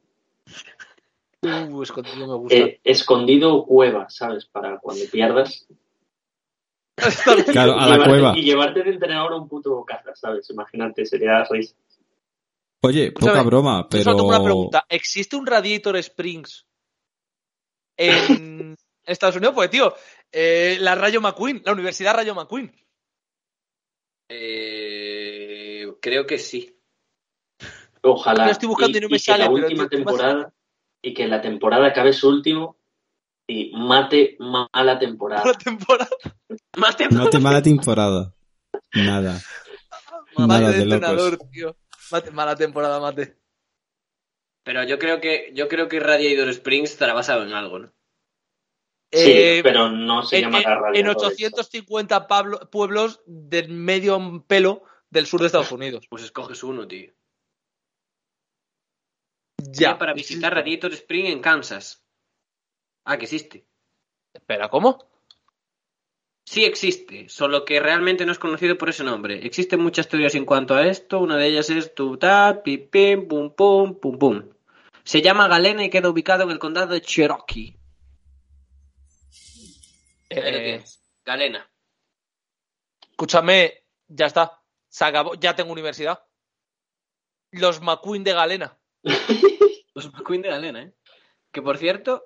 S2: Uh, escondido me gusta.
S5: Eh, escondido o cueva, ¿sabes? Para cuando pierdas.
S3: Claro, a
S5: Llevarte-
S3: la cueva.
S5: Y llevarte de entrenador a un puto caza, ¿sabes? Imagínate, sería risa.
S3: Oye, poca
S2: Escúchame,
S3: broma,
S2: Yo
S3: pero.
S2: solo tengo una pregunta. ¿Existe un Radiator Springs en Estados Unidos? Pues, tío, eh, la Rayo McQueen, la Universidad Rayo McQueen.
S4: Eh, creo que sí.
S5: Ojalá.
S2: Lo estoy buscando y no me
S5: que
S2: sale,
S5: La
S2: pero
S5: última
S2: tío, ¿qué pasa?
S5: temporada y que la temporada acabe su último y mate mala temporada.
S2: Una temporada.
S3: No te mala temporada. Nada. Nada
S2: Mate de
S3: de locos.
S2: entrenador, tío. Mate- mala temporada, mate.
S4: Pero yo creo que yo creo que Radiator Springs estará basado en algo, ¿no?
S5: sí,
S2: Eh,
S5: pero no se
S2: en,
S5: llama la
S2: en-
S5: radio.
S2: en 850 pablo- pueblos del medio pelo del sur de Estados Unidos.
S4: Pues escoges uno, tío.
S2: Ya.
S4: Para visitar Radiator Springs en Kansas. Ah, que existe.
S2: Espera, ¿cómo?
S4: Sí existe, solo que realmente no es conocido por ese nombre. Existen muchas teorías en cuanto a esto, una de ellas es tu ta, pi, pim, pum, pum, pum, pum. Se llama Galena y queda ubicado en el condado de Cherokee. Ahí lo
S2: Eh,
S4: tienes. Galena.
S2: Escúchame, ya está. Se acabó. Ya tengo universidad. Los McQueen de Galena.
S4: Los McQueen de Galena, ¿eh? Que por cierto...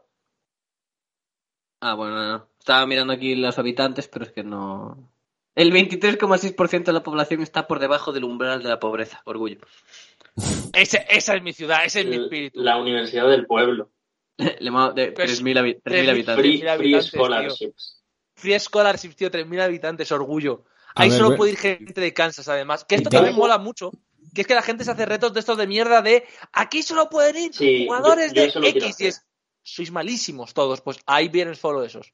S4: Ah, bueno, no, no. Estaba mirando aquí los habitantes, pero es que no... El 23,6% de la población está por debajo del umbral de la pobreza. Orgullo.
S2: Ese- esa es mi ciudad, ese es
S5: Eh,
S2: mi espíritu.
S5: La Universidad del Pueblo.
S4: Le hemos dado de
S2: Pero es-
S4: 3.000 habi- 3.000
S2: 3.000
S4: habitantes.
S5: Free,
S2: mil habitantes,
S5: free
S2: tío.
S5: scholarships.
S2: Free Scholarships, tío, 3.000 habitantes, orgullo.
S3: A
S2: Ahí
S3: ver,
S2: solo
S3: ve-
S2: puede ir gente de Kansas, además. Que esto
S3: Y tal-
S2: también mola mucho. Que es que la gente se hace retos de estos de mierda de aquí solo pueden ir
S5: Sí,
S2: jugadores
S5: yo- yo eso lo
S2: de
S5: quiero
S2: X y es. Sois malísimos todos, pues ahí vienen solo esos.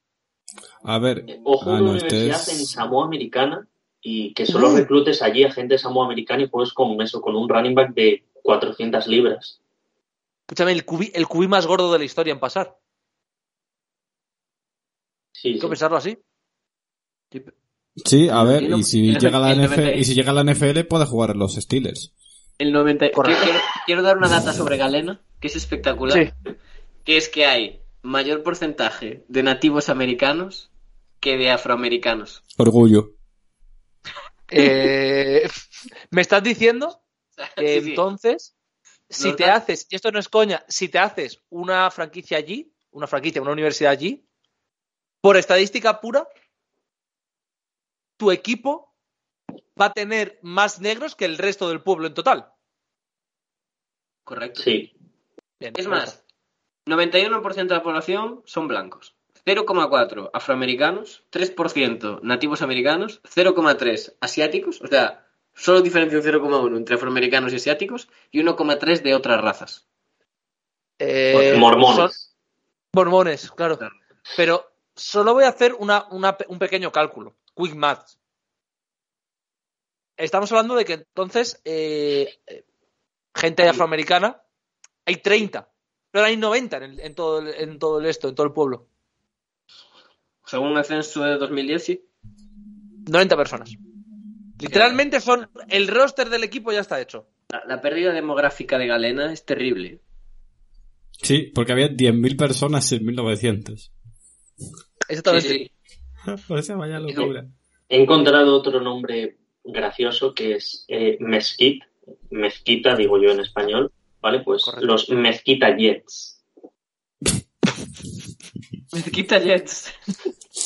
S3: A ver,
S5: Eh, Ojo
S3: Ah,
S5: una
S3: no, este
S5: universidad
S3: es-
S5: en Samoa Americana y que
S2: Mm.
S5: solo reclutes allí a gente de Samoa Americana y juegues con eso, con un running back de 400 libras.
S2: Escúchame, el cubí, el cubí más gordo de la historia en pasar.
S5: Sí,
S2: Hay
S5: sí.
S2: que pensarlo así.
S3: sí, a ver,
S4: no-
S3: y si
S4: el-
S3: llega la
S4: el
S3: NFL,
S4: 96.
S3: y si llega la NFL puede jugar en los Steelers.
S4: El 90...
S2: Correcto.
S4: Quiero, quiero dar una data sobre Galena, que es espectacular, que es que hay mayor porcentaje de nativos americanos que de afroamericanos.
S3: Orgullo.
S2: Eh, ¿Me estás diciendo
S4: O sea,
S2: que
S4: sí, sí.
S2: entonces, si
S4: Los
S2: te
S4: da-
S2: haces, y esto no es coña, si te haces una franquicia allí, una franquicia, una universidad allí, por estadística pura, tu equipo va a tener más negros que el resto del pueblo en total.
S4: Correcto.
S5: Sí,
S2: Bien,
S4: Es
S2: ahí
S4: más,
S2: está.
S4: 91% de la población son blancos. 0,4 afroamericanos, 3% nativos americanos, 0,3 asiáticos, o sea, solo diferencia un 0,1 entre afroamericanos y asiáticos y 1,3 de otras razas.
S2: Eh, son
S5: mormones.
S2: mormones, claro.
S4: Claro.
S2: Pero solo voy a hacer una- una pe- un pequeño cálculo. Quick math. Estamos hablando de que entonces eh, eh, gente afroamericana hay 30, pero hay 90 en, el- en todo, el- en todo el esto, en todo el pueblo.
S4: Según el censo de 2010, sí.
S2: 90 personas. Literalmente son el roster del equipo ya está hecho.
S4: La, la pérdida demográfica de Galena es terrible.
S3: Sí, porque había 10.000 personas en 1900.
S2: Exactamente.
S4: Sí,
S3: Por eso vaya locura.
S5: He encontrado otro nombre gracioso que es eh, mezquite, mezquita digo yo en español, ¿vale? Pues
S2: Correcto.
S5: los mezquita jets.
S4: sí. Quita Jets.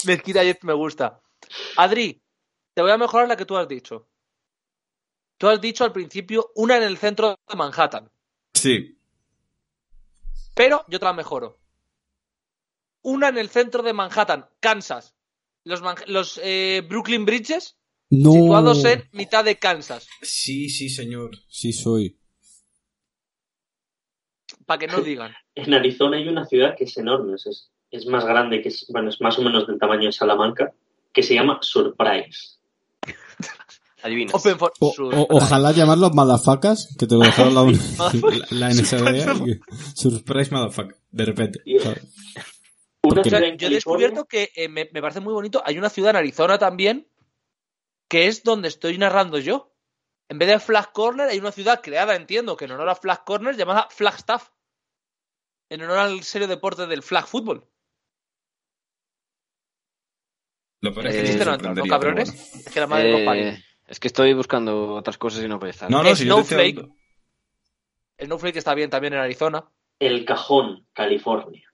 S2: Mezquita Jet me gusta. Adri, te voy a mejorar la que tú has dicho. Tú has dicho al principio una en el centro de Manhattan,
S3: Sí,
S2: pero yo te la mejoro. Una en el centro de Manhattan, Kansas. Los, Manj- los, eh, Brooklyn Bridges
S3: No.
S2: situados en mitad de Kansas,
S3: Sí, sí, señor. Sí, soy.
S2: para que no digan.
S5: En Arizona hay una ciudad que es enorme, es- es, es más grande, que es, bueno, es más o menos del tamaño de Salamanca, que se llama Surprise.
S4: Adivina.
S2: Open for
S3: O-
S2: Sur-
S3: o- ojalá llamarlos madafacas, que te lo dejaron la, la, la NSDA. y- Surprise madafaca, de repente. ¿sabes?
S5: Una
S3: Porque-
S2: O sea,
S5: ciudad en
S2: yo he
S5: California-
S2: descubierto que eh, me, me parece muy bonito. Hay una ciudad en Arizona también, que es donde estoy narrando yo. En vez de Flash Corner, hay una ciudad creada, entiendo, que en honor a Flash Corner, llamada Flagstaff. En honor al serio deporte del flag fútbol.
S3: Lo peor
S4: es que
S2: Existe
S4: Eh,
S2: o no, Antonio, ¿no, cabrones? Es que la madre no
S4: Eh,
S2: pare.
S4: es que estoy buscando otras cosas y no puede estar.
S2: no, si yo te estoy Snowflake. Snowflake está bien también en Arizona.
S5: El Cajón, California.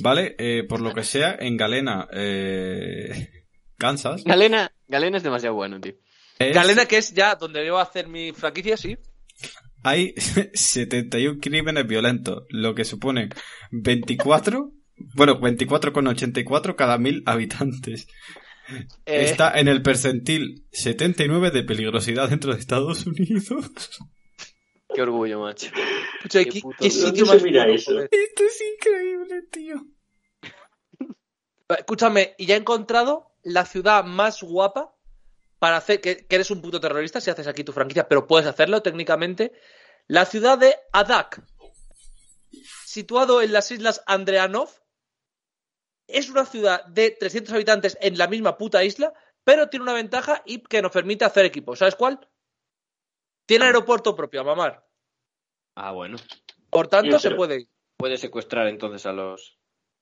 S3: Vale, eh, por lo que sea, en Galena, eh, Kansas.
S4: Galena, Galena es demasiado bueno, tío.
S3: es-
S2: Galena, que es ya donde yo voy a hacer mi franquicia, sí.
S3: Hay 71 crímenes violentos, lo que supone 24, bueno, 24,84 cada mil habitantes.
S2: Eh,
S3: Está en el percentil 79 de peligrosidad dentro de Estados Unidos.
S4: Qué orgullo, macho.
S2: escucha,
S4: qué
S2: ¿qué-
S4: puto
S2: qué
S4: duro.
S2: sitio
S5: ¿Dónde
S2: más
S5: se mira
S2: bueno,
S5: eso?
S2: joder?
S3: Esto es increíble, tío.
S2: Va, Eh, Escúchame, y ya he encontrado la ciudad más guapa para hacer que, que eres un puto terrorista si haces aquí tu franquicia, pero puedes hacerlo técnicamente. La ciudad de Adak, situado en las islas Andreanov, es una ciudad de 300 habitantes en la misma puta isla, pero tiene una ventaja y que nos permite hacer equipo. ¿Sabes cuál? Tiene aeropuerto propio, a mamar.
S4: Ah, bueno.
S2: Por tanto,
S5: Yo
S2: se
S5: creo-
S2: puede ir.
S4: Puede secuestrar entonces a los.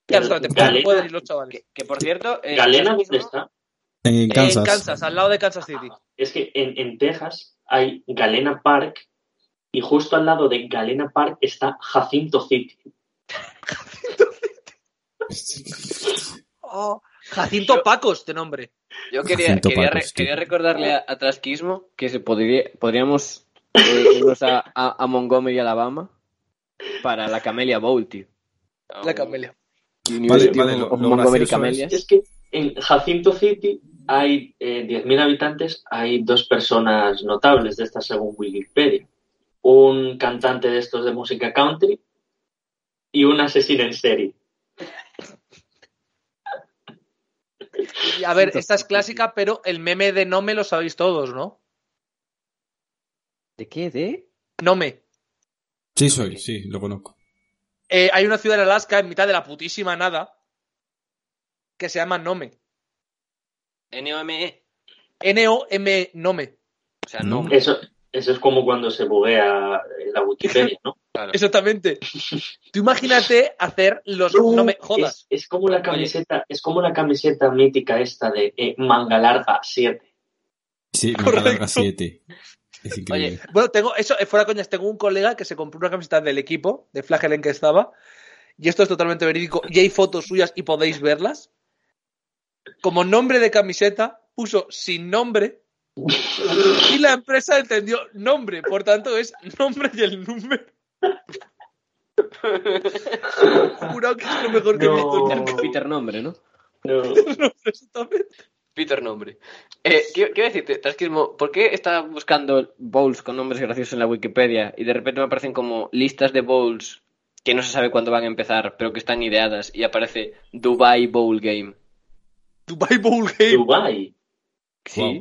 S2: Ya, absolutamente,
S5: Galena-
S2: pueden ir los chavales.
S4: Que, que, por cierto. eh,
S5: ¿Galena
S4: ahora
S5: dónde
S4: mismo-
S5: está?
S3: En Kansas.
S2: En Kansas, al lado de Kansas City.
S5: Es que en, en Texas hay Galena Park y justo al lado de Galena Park está Jacinto City.
S2: Oh, Jacinto Pacos, de nombre.
S4: Yo quería,
S3: Jacinto
S4: quería, re-
S3: Pacos, tío.
S4: quería recordarle a, a Trasquismo que se podría, podríamos eh, irnos a, a- a Montgomery, Alabama, para la Camelia Bowl, tío.
S2: La Camelia.
S4: University
S3: Vale, vale,
S4: of-
S3: lo-
S4: of
S3: lo
S4: Montgomery
S3: gracioso
S4: Camelias.
S5: Es que en Jacinto City hay eh, 10.000 habitantes, hay dos personas notables de estas según Wikipedia. Un cantante de estos de música country y un asesino en serie.
S2: Y, a ver, esta es clásica, pero el meme de Nome lo sabéis todos, ¿no?
S4: ¿De qué? ¿De?
S2: Nome.
S3: Sí, soy, sí, lo conozco.
S2: Eh, hay una ciudad en Alaska, en mitad de la putísima nada, que se llama Nome.
S4: NOME.
S2: N-O-M, E, Nome.
S4: E, O sea,
S3: No.
S4: no.
S5: Eso, eso es como cuando se buguea eh, la Wikipedia, ¿no?
S4: claro.
S2: Exactamente. Tú imagínate hacer los... No me jodas.
S5: Es, es como la camiseta, es como la camiseta mítica esta de eh, manga larga 7.
S3: Sí, me
S2: Correcto.
S3: carga 7. Es increíble.
S4: Oye,
S2: Bueno, tengo eso, eh, fuera coñas, tengo un colega que se compró una camiseta del equipo, de Flagel en que estaba, y esto es totalmente verídico, y hay fotos suyas y podéis verlas. Como nombre de camiseta, puso sin nombre, y la empresa entendió nombre, por tanto es nombre y el número. Jurado que es lo mejor que he visto en
S5: No.
S2: mi vida,
S4: Peter, Peter Nombre, ¿no?
S2: exactamente.
S4: Peter Nombre. Eh, quiero, quiero decirte, Trasquismo, ¿por qué estaba buscando bowls con nombres graciosos en la Wikipedia y de repente me aparecen como listas de bowls que no se sabe cuándo van a empezar, pero que están ideadas y aparece Dubai Bowl Game?
S2: Dubai Bowl Game.
S5: Dubai,
S4: Sí.
S3: Wow.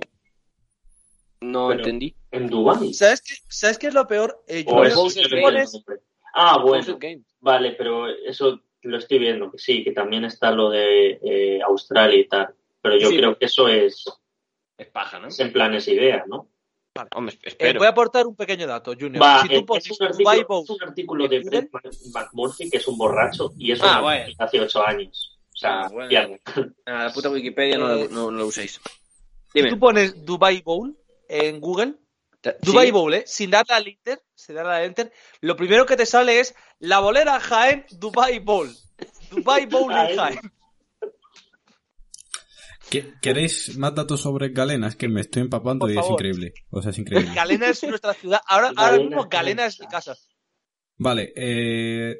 S4: No
S5: Pero-
S4: entendí.
S5: en Dubai.
S2: ¿Sabes qué, ¿Sabes qué es lo peor? Eh, yo
S5: O
S2: veo
S5: eso
S4: Bowls
S2: que
S5: es
S2: tú
S4: Game.
S2: pones-
S5: Ah,
S4: Bowls
S5: bueno,
S4: Game.
S5: vale, pero eso lo estoy viendo, que sí, que también está lo de eh, Australia y tal. Pero yo
S4: Sí.
S5: creo que eso es,
S4: Es paja, ¿no?
S5: es en plan es idea, ¿no?
S4: Hombre,
S2: Eh,
S4: espero.
S2: voy a aportar un pequeño dato, Junior.
S5: Va,
S2: si
S5: es,
S2: tú pones
S5: es un
S2: Dubai
S5: artículo,
S2: Bowl,
S5: es un artículo
S2: ¿en
S5: de
S2: Google?
S5: Brett Mc- McMurphy que es un borracho y eso
S4: Ah, bueno.
S5: hace ocho años. O sea,
S4: Ah, bueno.
S5: ya.
S4: Ah, la puta Wikipedia no, la-
S2: Eh,
S4: no, no lo uséis.
S2: Si
S4: Dime.
S2: tú pones Dubai Bowl en Google,
S4: Ta-
S2: Dubai
S4: sí,
S2: Bowl, ¿eh? sin darle al Enter, sin darle al Enter, lo primero que te sale es la bolera Jaén Dubai Bowl. Dubai Bowl en Jaén.
S3: ¿Qué- ¿Queréis más datos sobre Galena? Es que me estoy empapando
S2: Por
S3: y es
S2: favor.
S3: increíble. O sea, es increíble.
S2: Galena es nuestra ciudad. Ahora, ahora
S5: Galena,
S2: mismo Galena es mi casa.
S3: Vale, eh,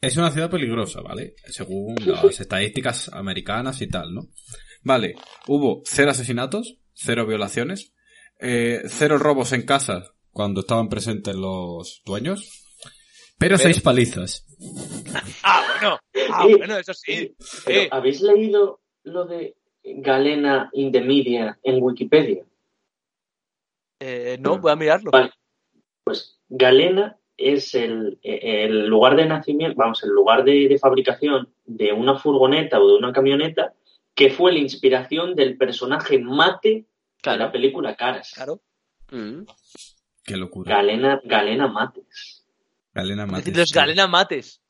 S3: es una ciudad peligrosa, ¿vale? Según las estadísticas americanas y tal, ¿no? Vale, hubo cero asesinatos, cero violaciones, eh, cero robos en casas cuando estaban presentes los dueños, pero seis palizas.
S2: Ah, bueno. Ah,
S5: Sí.
S2: bueno, eso sí.
S5: Pero,
S2: Eh.
S5: ¿Habéis leído lo de Galena in the Media en Wikipedia?
S2: Eh, no, voy a mirarlo.
S5: Vale. Pues Galena es el, el lugar de nacimiento, vamos, el lugar de, de fabricación de una furgoneta o de una camioneta que fue la inspiración del personaje Mate de la
S4: claro.
S5: película Caras.
S2: Claro.
S4: Mm.
S3: Qué locura.
S5: Galena, Galena Mates.
S3: Galena Mates.
S2: Los
S3: tío.
S2: Galena Mates.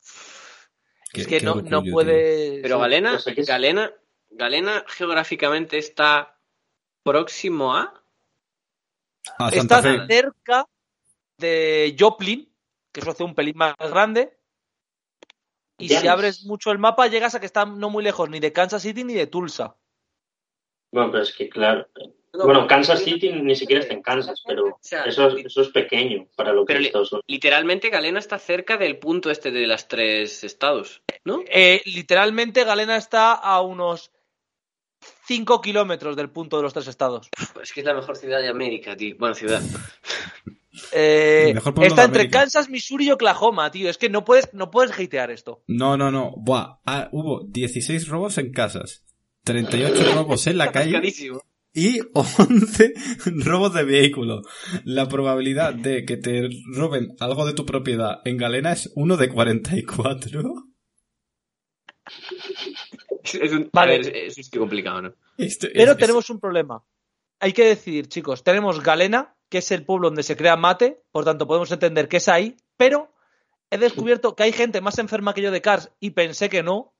S3: Qué-
S2: es que
S3: qué
S2: no,
S3: orgullo,
S2: no
S3: tío.
S2: puede.
S4: Pero Galena,
S5: o sea que es-
S4: Galena, Galena geográficamente está próximo a.
S3: Ah, Santa
S2: Está
S3: Fe.
S2: cerca de Joplin, que eso hace un pelín más grande. Y
S5: Ya
S2: si
S5: ves.
S2: abres mucho el mapa, llegas a que está no muy lejos ni de Kansas City ni de Tulsa.
S5: Bueno, pero es que claro. Bueno, Kansas City ni siquiera está en Kansas, pero eso, eso es pequeño para lo que
S4: Pero
S5: es
S4: le-
S5: Estados Unidos.
S4: Literalmente Galena está cerca del punto este de las tres estados, ¿no?
S2: Eh, literalmente, Galena está a unos 5 kilómetros del punto de los tres estados.
S4: Es que es la mejor ciudad de América, tío. Bueno, ciudad.
S2: Eh,
S3: El mejor pueblo
S2: está
S3: de
S2: entre
S3: América.
S2: Kansas, Missouri y Oklahoma, tío. Es que no puedes, no puedes hatear esto.
S3: No, no, no. Buah, ah, hubo 16 robos en casas, 38 robos en la calle
S4: Pescadísimo.
S3: y 11 robos de vehículo. La probabilidad de que te roben algo de tu propiedad en Galena es 1 de 44.
S4: Es, es un,
S2: Vale.
S4: a ver, es, es que complicado, ¿no?
S3: Esto es-
S2: Pero
S3: es-
S2: tenemos un problema. Hay que decidir, chicos. Tenemos Galena, que es el pueblo donde se crea mate, por tanto podemos entender que es ahí, pero he descubierto que hay gente más enferma que yo de Cars y pensé que no,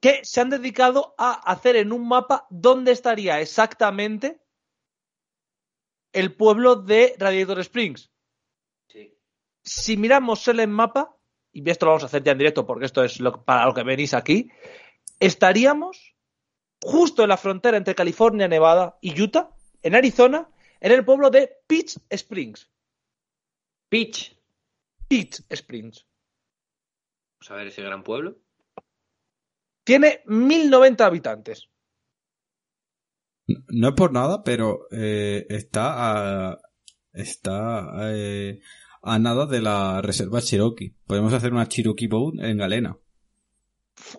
S2: que se han dedicado a hacer en un mapa dónde estaría exactamente el pueblo de Radiator Springs. Si miramos el mapa, y esto lo vamos a hacer ya en directo porque esto es lo- para lo que venís aquí, estaríamos justo en la frontera entre California, Nevada y Utah, en Arizona, en el pueblo de Peach Springs.
S4: Pitch.
S2: Peach Springs.
S4: Vamos a ver ese gran pueblo.
S2: Tiene 1090 habitantes.
S3: No es por nada, pero eh, está a, está eh, a nada de la reserva Cherokee. Podemos hacer una Cherokee Bowl en Galena.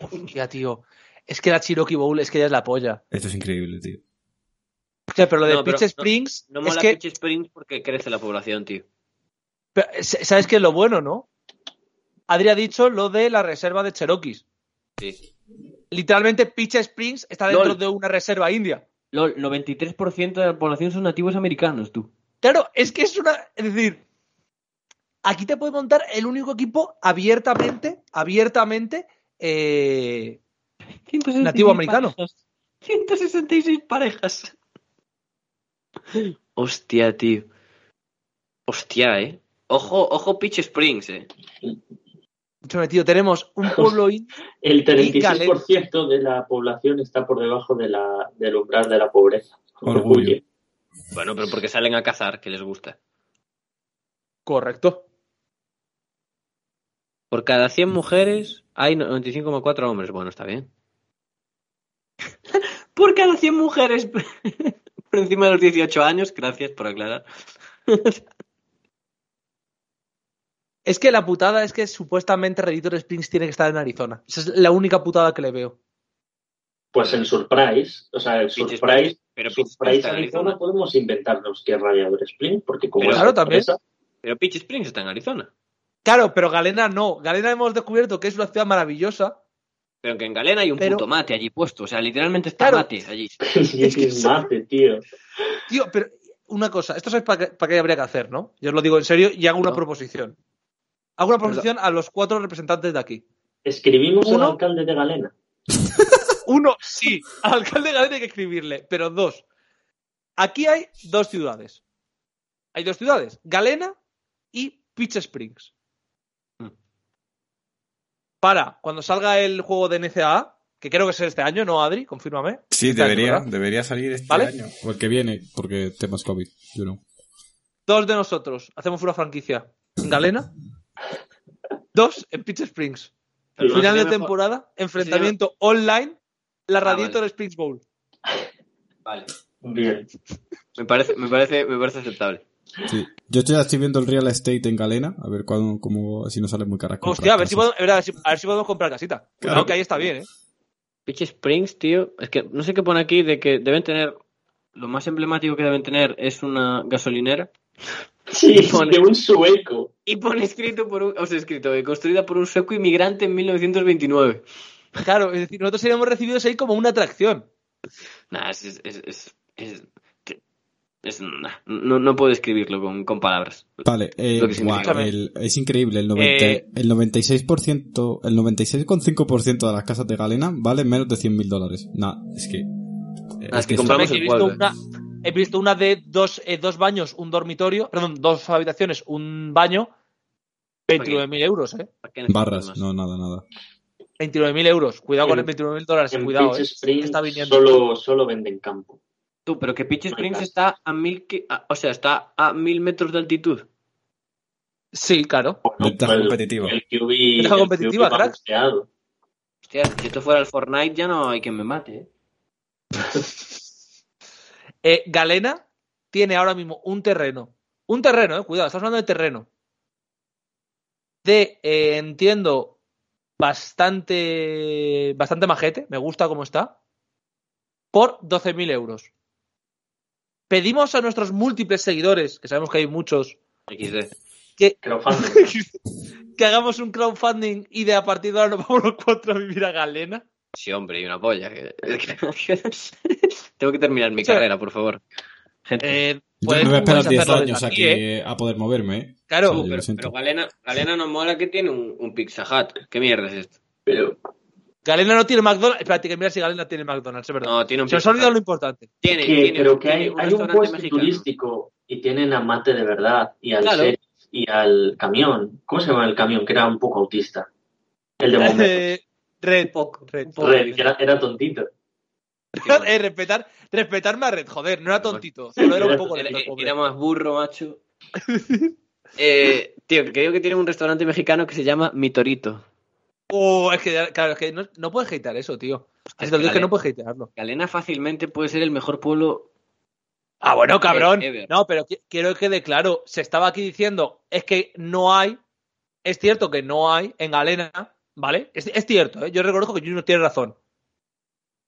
S2: Hostia, tío. Es que la Cherokee Bowl es que ya es la polla.
S3: Esto es increíble, tío.
S2: Hostia, pero lo de
S4: No, pero
S2: Peach
S4: no-
S2: Springs
S4: No
S2: es
S4: mola
S2: que...
S4: Pitch Springs porque crece la población, tío.
S2: pero, s- ¿Sabes qué es lo bueno, no? Adri ha dicho lo de la reserva de Cherokees.
S4: Sí.
S2: Literalmente Peach Springs está dentro
S6: Lol.
S2: de una reserva india.
S6: Lol, 93% de la población son nativos americanos, tú.
S2: Claro, es que es una. Es decir, aquí te puede montar el único equipo abiertamente, abiertamente. eh,
S6: 166
S2: Nativo americano.
S6: parejas. 166 parejas.
S4: Hostia, tío. Hostia, eh. Ojo, ojo Pitch Springs, eh.
S2: escúchame, tío, tenemos un pueblo indio.
S5: El
S2: Y Galena.
S5: 36% de la población está por debajo de la, del umbral de la pobreza.
S3: Orgullo.
S4: Bueno, pero porque salen a cazar, que les gusta.
S2: Correcto.
S4: Por cada 100 mujeres hay 95,4 hombres. Bueno, está bien. Por cada 100 mujeres por encima de los 18 años, gracias por aclarar.
S2: Es que la putada es que supuestamente Redditor Springs tiene que estar en Arizona. Esa es la única putada que le veo.
S5: Pues en Surprise, o sea, el
S4: Pitch Springs,
S5: Surprise,
S4: pero Pitch Springs
S5: Surprise
S4: está en
S5: Arizona
S4: Arizona.
S5: podemos inventarnos que es Radiador Spring, porque como
S4: Pero
S5: es
S2: claro,
S5: sorpresa,
S4: Pero Pitch Springs está en Arizona.
S2: Claro, pero Galena no. Galena hemos descubierto que es una ciudad maravillosa.
S4: Pero que en Galena hay un
S2: Pero-
S4: puto mate allí puesto. O sea, literalmente está
S2: Claro.
S4: mate allí.
S5: es que es mate, tío.
S2: Tío, pero una cosa, esto es para qué habría que hacer, ¿no? Yo os lo digo en serio y hago una
S4: No.
S2: proposición. Hago una proposición a los cuatro representantes de aquí.
S5: Escribimos
S2: Uno.
S5: al alcalde de Galena.
S2: Uno, sí, al alcalde de Galena hay que escribirle, pero dos, aquí hay dos ciudades. Hay dos ciudades, Galena y Pitch Springs.
S4: Mm.
S2: Para, cuando salga el juego de NCAA, que creo que es este año, ¿no, Adri? Confírmame.
S3: Sí,
S2: Este año,
S3: debería,
S2: ¿verdad?
S3: debería salir este
S2: ¿Vale?
S3: año. O el que viene, porque temas COVID, you know.
S2: Dos de nosotros hacemos una franquicia en Galena, dos en Pitch Springs.
S4: Pero no
S2: Final de
S4: sería mejor-
S2: temporada, enfrentamiento online,
S4: Ah,
S2: la Radiator Springs Bowl.
S4: Vale.
S5: Bien.
S4: Me parece, me parece, me parece aceptable.
S3: Sí. Yo ya estoy viendo el real estate en Galena, a ver cuándo, cómo, si no sale muy cara.
S2: Hostia, a ver, si podemos, a ver, a ver si- a ver si podemos comprar casita.
S3: Claro.
S2: Claro. que ahí está bien, ¿eh?
S4: Pitch Springs, tío. Es que no sé qué pone aquí de que deben tener. Lo más emblemático que deben tener es una gasolinera.
S5: Sí,
S4: Pone-
S5: de un sueco.
S4: Y pone escrito por un. O sea, escrito, eh, construida por un sueco inmigrante en 1929.
S2: Claro, es decir, nosotros seríamos recibidos ahí como una atracción.
S4: Nah, es. es, es, es, es- te- es- nah, no, no puedo escribirlo con, con palabras.
S3: Vale, eh,
S4: Lo que
S3: guau,
S4: significa.
S3: el- es increíble, el, 90,
S2: Eh,
S3: el 96%, el 96,5% de las casas de Galena valen menos de 100.000 dólares. Nah, es que... eh,
S4: Ah, es que
S3: esto-
S4: compramos
S2: Solamente
S4: el
S2: he visto
S4: pueblo.
S2: una- He visto una de dos, eh, dos baños, un dormitorio, perdón, dos habitaciones, un baño, 29.000 euros, ¿eh?
S4: ¿Para qué necesitas
S3: Barras,
S4: más?
S3: no, nada, nada.
S2: 29.000 euros, cuidado con
S5: En-
S2: el 29.000 dólares,
S5: En
S2: cuidado,
S5: Pitch
S2: ¿eh?
S5: Sprint
S2: Está viniendo.
S5: solo, solo venden campo.
S6: Tú, pero que Pitch
S5: No hay
S6: Springs
S5: caso.
S6: está a mil, qui- a- o sea, está a mil metros de altitud.
S2: Sí, claro.
S3: Ventaja
S5: el-
S3: competitiva.
S5: pues, El QB,
S2: Ventaja
S5: el
S2: competitiva,
S5: QB va
S2: crack.
S5: busteado.
S6: Hostia, si esto fuera el Fortnite ya no hay quien me mate, ¿eh?
S2: Eh, Galena tiene ahora mismo un terreno. Un terreno, eh, cuidado, estamos hablando de terreno. De, eh, entiendo, bastante, bastante majete, me gusta cómo está, por 12.000 euros. Pedimos a nuestros múltiples seguidores, que sabemos que hay muchos,
S6: XD.
S5: Crowdfunding.
S2: que hagamos un crowdfunding y de a partir de ahora nos vamos los cuatro a vivir a Galena.
S4: Sí, hombre, y una polla. que-
S6: Tengo que terminar mi
S2: Sí.
S6: carrera, por favor. Gente.
S2: Eh,
S3: Yo
S2: pues,
S3: me voy a esperar
S2: podéis
S3: 10
S2: hacerlo desde
S3: años
S2: aquí,
S3: aquí
S2: ¿eh?
S3: eh, a poder moverme, ¿eh?
S2: Claro,
S3: O sea, yo
S6: uh, pero,
S3: lo siento.
S6: pero Galena, Galena nos mola que tiene un, un Pizza Hut. ¿Qué mierda es esto?
S5: Pero
S2: Galena no tiene McDonald's. Espérate, que mira si Galena tiene McDonald's, es verdad.
S4: No, tiene un
S2: Se os ha
S4: Pizza
S2: olvidado lo
S4: Hut.
S2: importante.
S5: que,
S4: Tiene, tiene,
S5: pero que
S4: tiene
S5: hay,
S4: un
S5: hay un,
S4: restaurante
S5: puesto
S4: mexicano.
S5: turístico y tienen a Mate de verdad y al
S4: Claro.
S5: chef y al camión. ¿Cómo se llama el camión? Que era un poco autista. El de Bomber.
S2: Eh, Red.
S6: poco.
S2: Red.
S5: Red, que era, era tontito.
S2: Eh, respetar, respetarme a Red, joder, no era tontito. Solo era un poco
S6: Era,
S2: lento, pobre.
S6: eh, era más burro, macho. Eh, tío, creo que tiene un restaurante mexicano que se llama Mi Torito.
S2: Oh, es que, claro, es que no, no puedes hatear eso, tío. Así te lo digo, es que
S6: Galena-
S2: no puedes hatearlo.
S6: Galena fácilmente puede ser el mejor pueblo.
S2: Ah, bueno, cabrón.
S6: Ever.
S2: No, pero qui- quiero que quede claro. Se estaba aquí diciendo, es que no hay. Es cierto que no hay en Galena, ¿vale? Es, es cierto, ¿eh? yo reconozco que Junior tiene razón.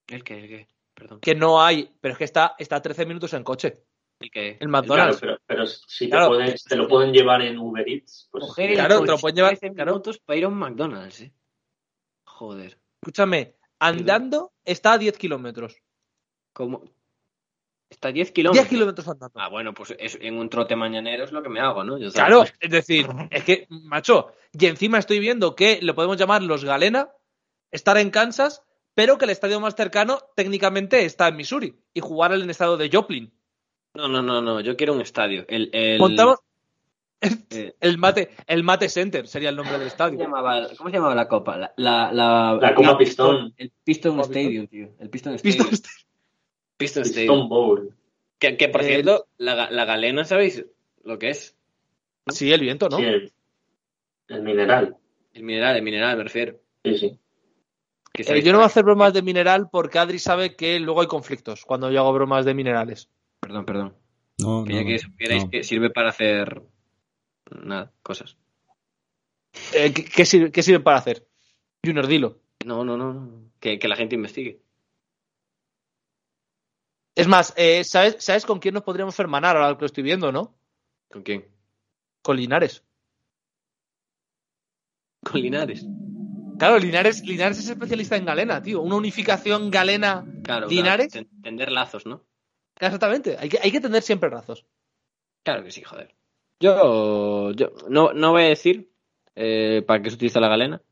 S6: ¿El qué? ¿El qué? Perdón.
S2: Que no hay, pero es que está, está a 13 minutos en coche.
S6: ¿El qué?
S2: El
S5: Claro,
S2: McDonald's.
S5: pero, pero si te,
S2: Claro.
S5: pueden- te lo pueden llevar en Uber Eats, pues
S6: Coger el
S2: Claro, te
S6: coche
S2: lo pueden llevar-
S6: 13
S2: claro.
S6: minutos para ir a un McDonald's, eh. Joder.
S2: Escúchame, andando está a 10 kilómetros.
S6: ¿Cómo? Está a 10
S2: 10
S6: kilómetros.
S2: kilómetros andando.
S6: Ah, bueno, pues es- en un trote mañanero es lo que me hago, ¿no? Yo
S2: Claro,
S6: salgo-
S2: es decir, es que, macho, y encima estoy viendo que lo podemos llamar los Galena, estar en Kansas, pero que el estadio más cercano técnicamente está en Missouri y jugar en el estado de Joplin.
S6: No, no, no, no. Yo quiero un estadio. El, el-
S2: Contamos
S6: eh,
S2: el mate, el mate center sería el nombre del
S6: ¿cómo, se
S2: estadio.
S6: llamaba, cómo se llamaba la copa? La, la, la,
S5: La Copa Pistón.
S6: El Piston
S2: Copa
S6: Stadium, tío. El Piston
S2: Visto este?
S6: Stadium.
S2: usted,
S4: Piston State.
S5: Stone Bowl.
S4: Que, que, por
S2: Eh,
S4: cierto, la, ga- la galena, ¿sabéis lo que es?
S2: Ah, Sí, el viento, ¿no? Eh,
S5: Sí, el, el mineral.
S4: El mineral, el mineral, me refiero.
S5: Sí, sí.
S4: Que
S2: Eh,
S4: sabéis-
S2: yo no voy a hacer bromas de mineral porque Adri sabe que luego hay conflictos cuando yo hago bromas de minerales.
S6: Perdón, perdón.
S3: No, no,
S4: Quería que
S3: no,
S4: supierais
S3: no.
S4: que sirve para hacer. Nada, cosas.
S2: Eh, ¿qué, qué sir- qué sirven para hacer? Junior, dilo.
S4: No, no, no. no. Que, que la gente investigue.
S2: Es más, eh, ¿sabes, ¿sabes con quién nos podríamos hermanar ahora que lo estoy viendo, no?
S4: ¿Con quién?
S2: Con Linares.
S4: Con Linares.
S2: Claro, Linares, Linares es especialista en galena, tío. Una unificación galena.
S4: Claro,
S2: ¿Linares?
S4: claro, ten- tender lazos, ¿no?
S2: Exactamente. Hay que, hay que tener siempre razos.
S4: Claro que sí, joder. Yo, yo no, no voy a decir eh, para qué se utiliza la galena.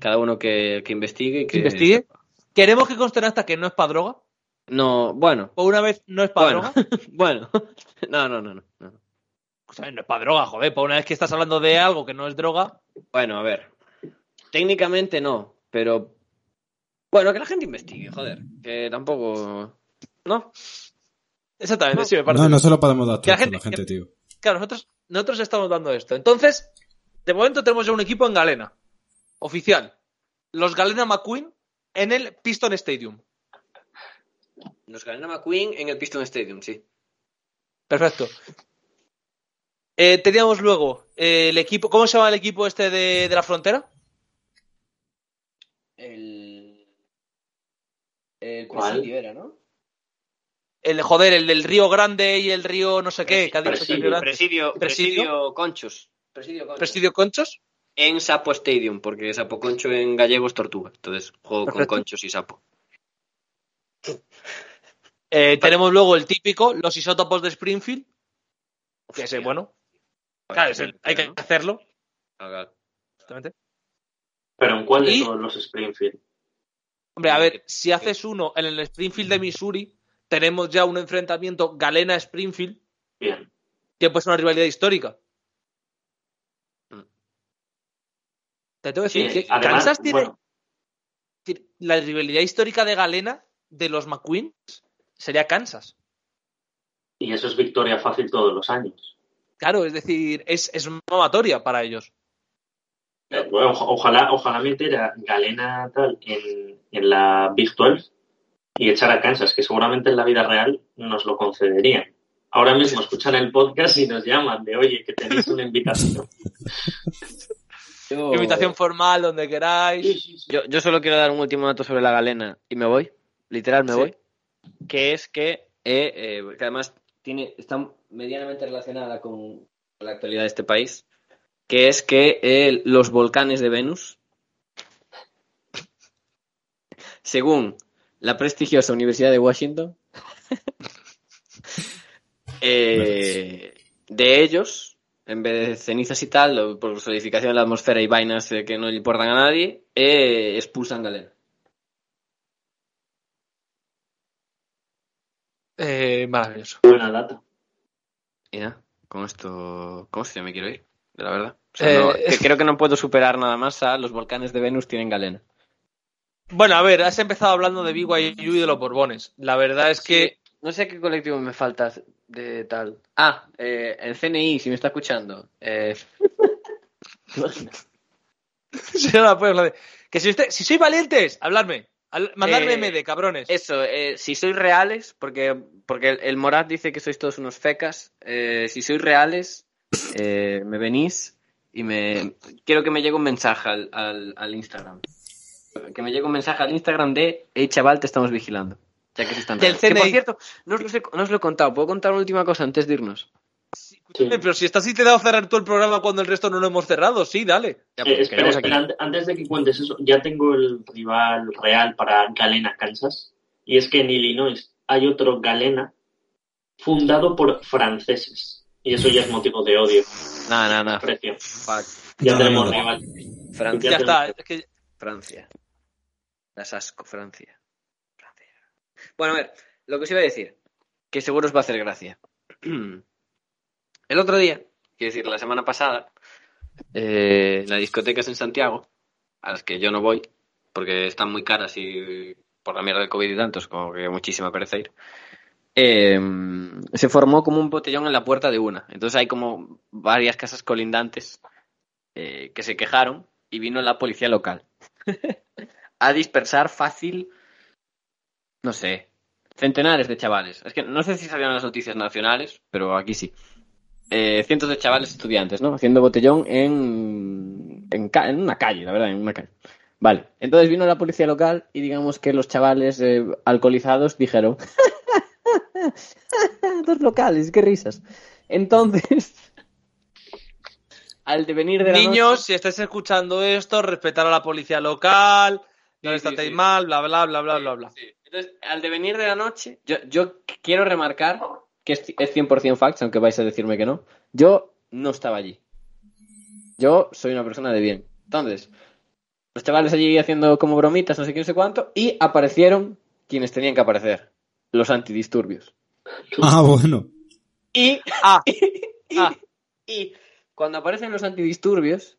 S4: Cada uno que, que investigue y que.
S2: ¿Que investigue? Queremos que conste hasta que no es pa' droga.
S4: No, bueno,
S2: Por una vez no es pa'
S4: Bueno.
S2: droga.
S4: bueno. No, no, no, no, no.
S2: O sea, no es pa' droga, joder. Por una vez que estás hablando de algo que no es droga.
S4: Bueno, a ver. Técnicamente no, pero. Bueno, que la gente investigue, joder. Que tampoco. No,
S2: Exactamente, sí, me parece.
S3: No, no se lo podemos dar
S2: Que la
S3: todo a la
S2: gente-
S3: gente, tío.
S2: Claro, nosotros, nosotros estamos dando esto. Entonces, de momento tenemos ya un equipo en galena. Oficial. Los Galena McQueen en el Piston Stadium.
S4: nos ganó McQueen en el Piston Stadium, sí.
S2: Perfecto. Eh, teníamos luego eh, el equipo. ¿Cómo se llama el equipo este de, de la frontera?
S6: El. El
S5: ¿Cuál? presidio
S6: era, ¿no?
S2: El joder, el del Río Grande y el Río no sé qué, que ha dicho que el Río
S5: Presidio,
S2: Grande.
S4: Presidio,
S2: Presidio.
S4: presidio Conchos. Presidio Conchos.
S2: Presidio Conchos.
S4: En Sapo Stadium, porque Sapo Concho en gallego es tortuga. Entonces, juego con
S2: Perfecto.
S4: conchos y sapo.
S2: Eh, tenemos luego el típico, los isótopos de Springfield. Que ese, bueno, claro, ese hay que
S4: ¿no?
S2: hacerlo.
S4: Ah, claro.
S2: exactamente.
S5: Pero ¿en cuál de
S2: Y-
S5: todos los Springfield?
S2: Hombre, a ver, si haces uno en el Springfield de Missouri, tenemos ya un enfrentamiento Galena-Springfield,
S5: Bien.
S2: que pues es una rivalidad histórica. Te tengo que decir
S5: Mm. Sí,
S2: que
S5: además,
S2: Kansas tiene,
S5: bueno,
S2: decir, la rivalidad histórica de Galena de los McQueens sería Kansas.
S5: y eso es victoria fácil todos los años.
S2: Claro, es decir, es, es mamatoria para ellos.
S5: Eh, bueno, oja- ojalá, ojalá meter a Galena tal en, en la Big 12 y echar a Kansas, que seguramente en la vida real nos lo concederían. Ahora mismo escuchan el podcast y nos llaman de, oye, que tenéis una invitación.
S6: Yo-
S2: Invitación formal, donde
S5: Sí,
S2: queráis.
S5: Oh. sí, sí.
S4: Yo, yo solo quiero dar un último dato sobre la galena y me voy. Literal, me
S2: Sí.
S4: voy. Que es que.
S6: eh, eh, que además tiene, está medianamente relacionada con la actualidad de este país, que es que eh, los volcanes de Venus, según la prestigiosa Universidad de Washington, eh, de ellos, en vez de cenizas y tal, o por solidificación de la atmósfera y vainas eh, que no le importan a nadie, eh, expulsan galena.
S2: Eh, maravilloso.
S5: Buena data.
S4: Y nada, con esto. Con esto ya me quiero ir, de la verdad. O
S2: Eh,
S4: sea, no-
S2: es-
S4: que creo que no puedo superar nada más a los volcanes de Venus tienen galena.
S2: Bueno, a ver, has empezado hablando de BYU y de los Borbones. La verdad es que
S4: No sé qué colectivo me falta de tal. Ah, eh, el CNI, si me está escuchando. Eh,
S2: señora la Puebla, que si, usted, si sois valientes, habladme. Al- Mandadme
S4: Eh,
S2: MD, cabrones.
S4: Eso, eh, si sois reales, porque, porque el, el Morat dice que sois todos unos fecas, eh, si sois reales, eh, me venís y me... Quiero que me llegue un mensaje al, al, al Instagram. Que me llegue un mensaje al Instagram de, hey chaval, te estamos vigilando. Ya que se están...
S2: Del
S4: Que, por
S2: CNI.
S4: cierto, no os, los he- no os lo he contado, ¿puedo contar una última cosa antes de irnos?
S5: Sí.
S2: Eh, Pero si estás intentando cerrar tú el programa cuando el resto no lo hemos cerrado, sí, dale.
S4: Ya,
S5: Eh,
S4: pues,
S5: espera,
S4: queremos
S5: espera,
S4: aquí.
S5: ante- antes de que cuentes eso, ya tengo el rival real para Galena, Kansas, y es que en Illinois hay otro Galena fundado por franceses, y eso ya es motivo de odio,
S4: No, no, no.
S5: precio.
S4: Fuck.
S5: Ya
S3: No,
S5: tenemos
S3: no, no.
S5: rival.
S4: Francia,
S5: Ya
S2: Ya
S5: te-
S2: está. es que-
S4: Francia. Las asco, Francia. Francia.
S6: Bueno, a ver, lo que os iba a decir.
S4: que seguro os va a hacer gracia. El otro día, quiero decir, la semana pasada, eh, las discotecas en Santiago, a las que yo no voy, porque están muy caras y por la mierda del COVID y tantos, como que muchísima pereza ir, eh, se formó como un botellón en la puerta de una. Entonces hay como varias casas colindantes eh, que se quejaron y vino la policía local a dispersar fácil, no sé, Centenares de chavales. Es que no sé si salieron las noticias nacionales, pero aquí sí. Eh, cientos de chavales estudiantes, ¿no? Haciendo botellón en, en, ca- en una calle, la verdad, en una calle. Vale, entonces vino la policía local y digamos que los chavales eh, alcoholizados dijeron... Dos locales, qué risas. Entonces, al devenir de la
S2: Niños,
S4: noche-
S2: si estáis escuchando esto, respetar a la policía local, no
S4: Sí,
S2: les
S4: sí,
S2: tratéis
S4: sí.
S2: mal, bla, bla, bla, bla,
S4: Sí,
S2: bla, bla.
S4: sí. Entonces, al devenir de la noche, yo, yo quiero remarcar que es, es 100% facts, aunque vais a decirme que no. Yo no estaba allí. Yo soy una persona de bien. Entonces, los chavales allí haciendo como bromitas, no sé qué, no sé cuánto, y aparecieron quienes tenían que aparecer, los antidisturbios.
S3: Ah, bueno.
S4: Y,
S2: Ah,
S4: y-
S2: ah.
S4: y cuando aparecen los antidisturbios,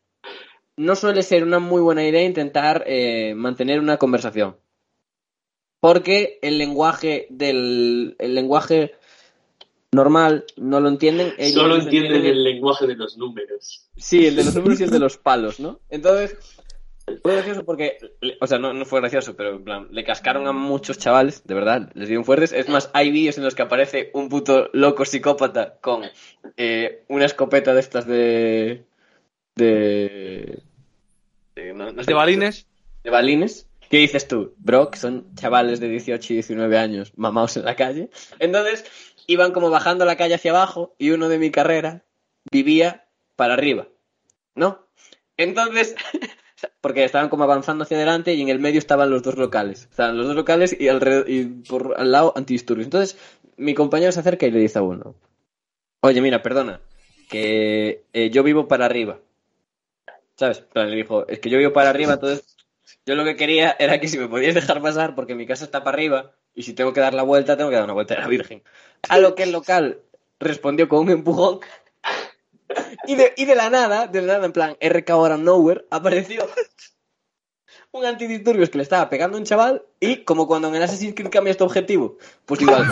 S4: no suele ser una muy buena idea intentar eh, mantener una conversación. Porque el lenguaje del el lenguaje normal no lo entienden. ellos no
S5: Solo
S4: se
S5: entienden el lenguaje de los números.
S4: Sí, el de los números y el de los palos, ¿no? Entonces, fue gracioso porque, o sea, no, no fue gracioso, pero en plan, le cascaron a muchos chavales, de verdad, les dieron fuertes. Es más, hay vídeos en los que aparece un puto loco psicópata con eh, una escopeta de estas de... de... de- no- no sé,
S2: de balines.
S4: De balines. ¿Qué dices tú, bro? Que son chavales de 18 y 19 años mamados en la calle. Entonces, iban como bajando la calle hacia abajo y uno de mi carrera vivía para arriba. ¿no? Entonces, porque estaban como avanzando hacia adelante y en el medio estaban los dos locales. Estaban los dos locales y, alrededor, y por al lado antidisturbios. Entonces, mi compañero se acerca y le dice a uno, oye, mira, perdona, que eh, yo vivo para arriba. ¿Sabes? En plan, le dijo, es que yo vivo para arriba, entonces yo lo que quería era que si me podías dejar pasar porque mi casa está para arriba Y si tengo que dar la vuelta, tengo que dar una vuelta de la Virgen. A lo que el local respondió con un empujón. Y de, y de la nada, de la nada, en plan, RK ahora nowhere, apareció un antidisturbios que le estaba pegando a un chaval. Y como cuando en el Assassin's Creed cambias tu objetivo, pues igual.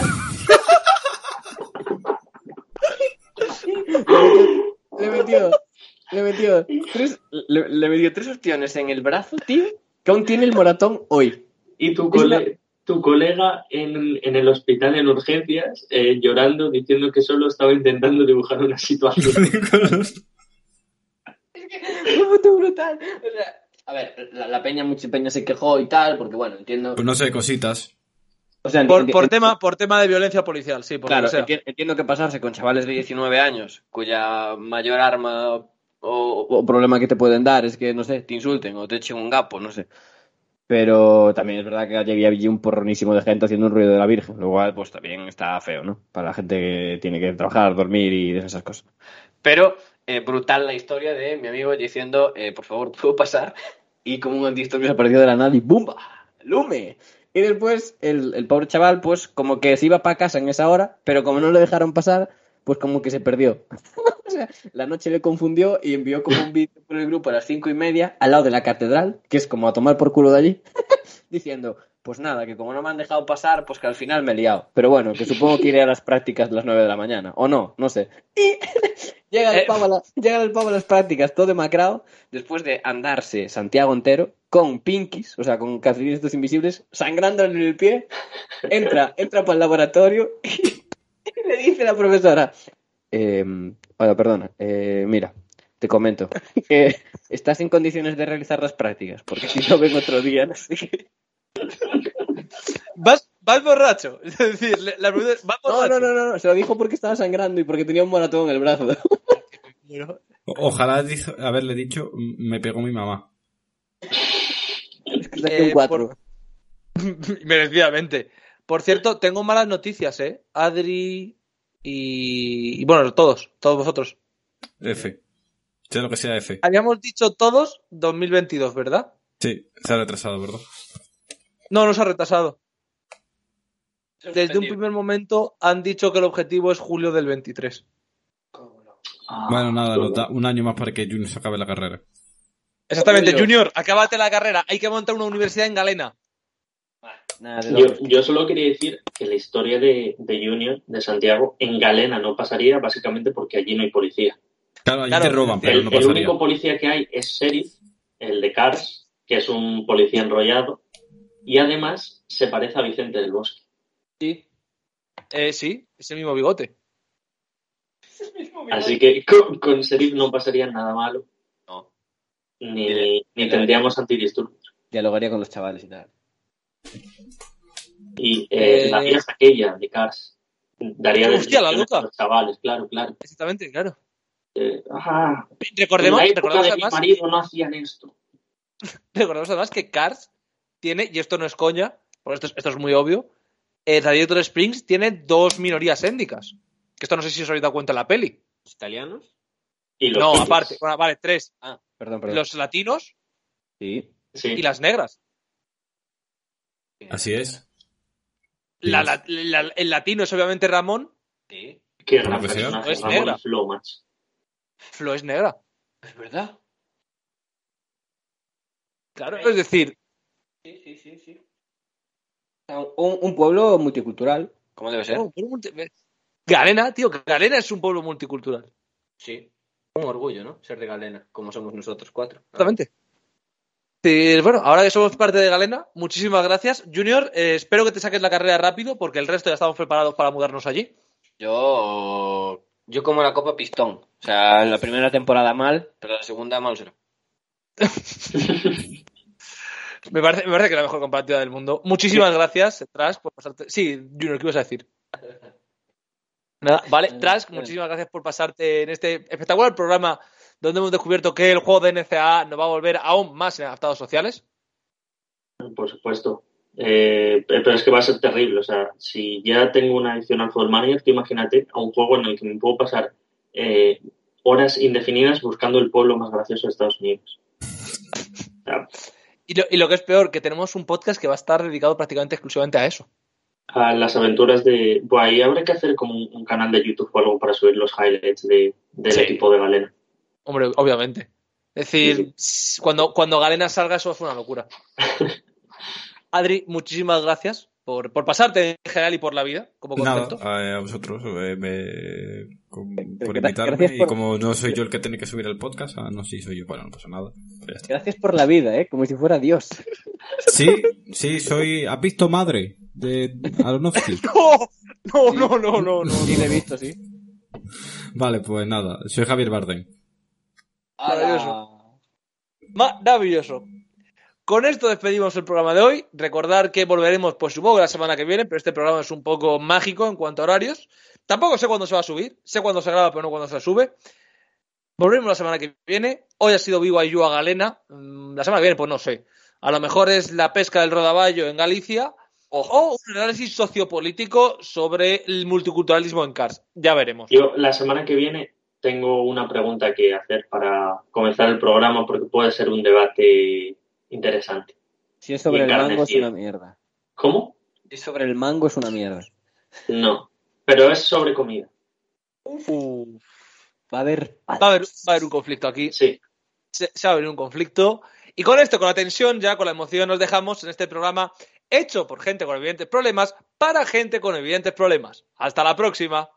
S4: le metió, le metió tres, le, le metió tres opciones en el brazo, tío, que aún tiene el moratón hoy.
S5: Y tu, cole- tu colega en, en el hospital en urgencias eh, llorando, diciendo que solo estaba intentando dibujar una situación.
S4: Fue puto brutal. O sea, a ver, la, la peña, mucha peña se quejó y tal, porque bueno, entiendo.
S3: Pues no sé, cositas.
S4: O sea,
S2: Por,
S4: enti-
S2: por
S4: enti-
S2: tema, por tema de violencia policial, sí, por lo
S4: Claro,
S2: que sea.
S4: enti- entiendo que pasarse con chavales de 19 años, cuya mayor arma o, o problema que te pueden dar es que, no sé, te insulten o te echen un gapo, no sé. Pero también es verdad que llegué allí un porronísimo de gente haciendo un ruido de la Virgen, lo cual pues también está feo, ¿no? Para la gente que tiene que trabajar, dormir y esas cosas.
S7: Pero eh, brutal la historia de mi amigo diciendo, eh, por favor, ¿puedo pasar?
S4: y como un antidisturbio se apareció de la nada y ¡bumba! ¡Lume! Y después el, el pobre chaval, pues como que se iba para casa en esa hora, pero como no lo dejaron pasar, pues como que se perdió. o sea, la noche le confundió y envió como un vídeo por el grupo a las cinco y media al lado de la catedral, que es como a tomar por culo de allí, diciendo, pues nada, que como no me han dejado pasar, pues que al final me he liado. Pero bueno, que supongo que iré a las prácticas de las nueve de la mañana, o no, no sé. Y llega el pavo a la- llega el pavo a las prácticas, todo demacrado, después de andarse Santiago entero con pinkies, o sea, con calcetines estos invisibles, sangrando en el pie, entra, entra para el laboratorio y le dice la profesora, eh, hola, perdona, eh, mira, te comento, que estás en condiciones de realizar las prácticas, porque si no ven otro día, no sé qué".
S2: ¿Vas, vas borracho. Es decir, le- la pregunta es, ¿vas
S4: No,
S2: borracho? Eh,
S4: no, no, no, no, se lo dijo porque estaba sangrando y porque tenía un maratón en el brazo.
S3: O- Ojalá diz- haberle dicho, "Mm, me pegó mi mamá.
S4: Es que saqué un
S2: Eh,
S4: cuatro.
S2: Merecidamente. Por cierto, tengo malas noticias, ¿eh? Adri y, y, bueno, todos, todos vosotros.
S3: F. Sea lo que sea F.
S2: Habíamos dicho todos 2022, ¿verdad?
S3: Sí, se ha retrasado, ¿verdad?
S2: No, nos ha retrasado. Desde un primer momento han dicho que el objetivo es julio del 23.
S5: Ah,
S3: Bueno, nada, nos da un año más para que Junior se acabe la carrera.
S2: Exactamente,
S4: Julio.
S2: Junior, acábate la carrera. Hay que montar una universidad en Galena.
S4: Nada, de
S5: Yo,
S4: locos.
S5: yo solo quería decir que la historia de, de Junior, de Santiago, en Galena no pasaría básicamente porque allí no hay policía.
S3: Claro, allí
S2: Claro,
S3: te roban, pero
S5: el,
S3: no
S5: el
S3: pasaría.
S5: único policía que hay es Sheriff, el de Cars, que es un policía enrollado, y además se parece a Vicente del Bosque.
S4: Sí.
S2: Eh, sí, es el mismo bigote.
S5: Así que con, con Sheriff no pasaría nada malo.
S7: No.
S5: Ni, ni tendríamos antidisturbios.
S4: Dialogaría con los chavales y tal.
S5: Y eh,
S2: Eh.
S5: la tía es aquella de Cars. Daría
S2: Hostia,
S5: descripciones
S2: la loca.
S5: a los chavales, claro, claro.
S2: Exactamente, claro.
S5: Eh, ah, en
S2: Recordemos,
S5: la época
S2: recordemos
S5: de mi
S2: además
S5: marido no hacían esto.
S2: Recordemos además que Cars tiene, y esto no es coña, porque esto es, esto es muy obvio, eh, Radiator Springs tiene dos minorías étnicas. Que esto no sé si os habéis dado cuenta en la peli.
S4: ¿Italianos?
S5: Y los
S2: no,
S5: indios.
S2: aparte, bueno, vale, tres.
S4: Perdón, perdón.
S2: Los latinos
S4: Sí.
S5: Sí.
S2: y las negras.
S3: Así es.
S2: La-
S3: Sí.
S2: la- la- el latino es obviamente Ramón,
S7: Sí,
S5: Qué
S3: Por
S5: gran
S3: lo que sea.
S5: personaje,
S2: Es
S5: Ramón
S2: negra.
S5: Flo, macho.
S2: Flo es negra.
S7: es verdad.
S2: Claro, eh. es decir,
S7: Sí, sí, sí, sí.
S4: Un, un pueblo multicultural.
S7: ¿Cómo debe ser?
S2: oh, un multi- Galena, tío, Galena es un pueblo multicultural.
S7: Sí. Un orgullo, ¿no? Ser de Galena, como somos nosotros cuatro.
S2: Exactamente. Sí, Eh, bueno, ahora que somos parte de Galena, muchísimas gracias. Junior, eh, espero que te saques la carrera rápido porque el resto ya estamos preparados para mudarnos allí.
S7: Yo, yo como la copa pistón. O sea, en la primera temporada mal, pero la segunda mal será.
S2: Me parece, me parece que es la mejor comparativa del mundo. Muchísimas gracias, Trask, por pasarte. Sí, Junior, ¿qué ibas a decir? Nada, vale, Trask, muchísimas gracias por pasarte en este espectacular programa donde hemos descubierto que el juego de NCA nos va a volver aún más adaptados sociales.
S5: Por supuesto. Eh, pero es que va a ser terrible. O sea, si ya tengo una adicción al Football Manager, tú imagínate a un juego en el que me puedo pasar eh, horas indefinidas buscando el pueblo más gracioso de Estados Unidos. O sea,
S2: Y lo, y lo que es peor, que tenemos un podcast que va a estar dedicado prácticamente exclusivamente a eso.
S5: a las aventuras de... Buah, ahí habrá que hacer como un, un canal de YouTube o algo para subir los highlights de, del
S2: Sí.
S5: equipo de Galena.
S2: Hombre, obviamente. Es decir, cuando, cuando Galena salga, eso fue una locura. Adri, muchísimas gracias por, por pasarte en general y por la vida, como
S3: Nada,
S2: concepto.
S3: a, a vosotros eh, me- con- por
S8: gra-
S3: invitarme.
S8: gracias
S3: Y
S8: por-
S3: como no soy yo el que tiene que subir el podcast, ah, no, sí, soy yo. Bueno, no pasa nada. Ya está.
S8: Gracias por la vida, ¿eh? Como si fuera Dios.
S3: Sí, sí, soy. ¿Has visto madre? De Aronofsky.
S2: No, no, no, no, no.
S8: Sí, le he visto, sí.
S3: Vale, pues nada, soy Javier Bardem.
S2: Maravilloso. Maravilloso. Con esto despedimos el programa de hoy. Recordar que volveremos, pues supongo que la semana que viene, pero este programa es un poco mágico en cuanto a horarios. Tampoco sé cuándo se va a subir, sé cuándo se graba, pero no cuándo se sube. Volveremos la semana que viene. Hoy ha sido BYU a Galena. Mm, La semana que viene, pues no sé. A lo mejor es la pesca del rodaballo en Galicia o un análisis sociopolítico sobre el multiculturalismo en Cars. Ya veremos.
S5: Yo la semana que viene tengo una pregunta que hacer para comenzar el programa porque puede ser un debate interesante.
S8: Si es sobre el mango, es
S5: Encarnecido.
S8: una mierda.
S5: ¿Cómo?
S8: Si es sobre el mango, es una mierda.
S5: No. Pero es sobre comida.
S2: Uh,
S8: Va a haber...
S2: va, a haber, va a haber un confliccto aquí.
S5: Sí.
S2: se, se va a abrir un conflicto. Y con esto, con la tensión, ya con la emoción, nos dejamos en este programa hecho por gente con evidentes problemas, para gente con evidentes problemas. Hasta la próxima.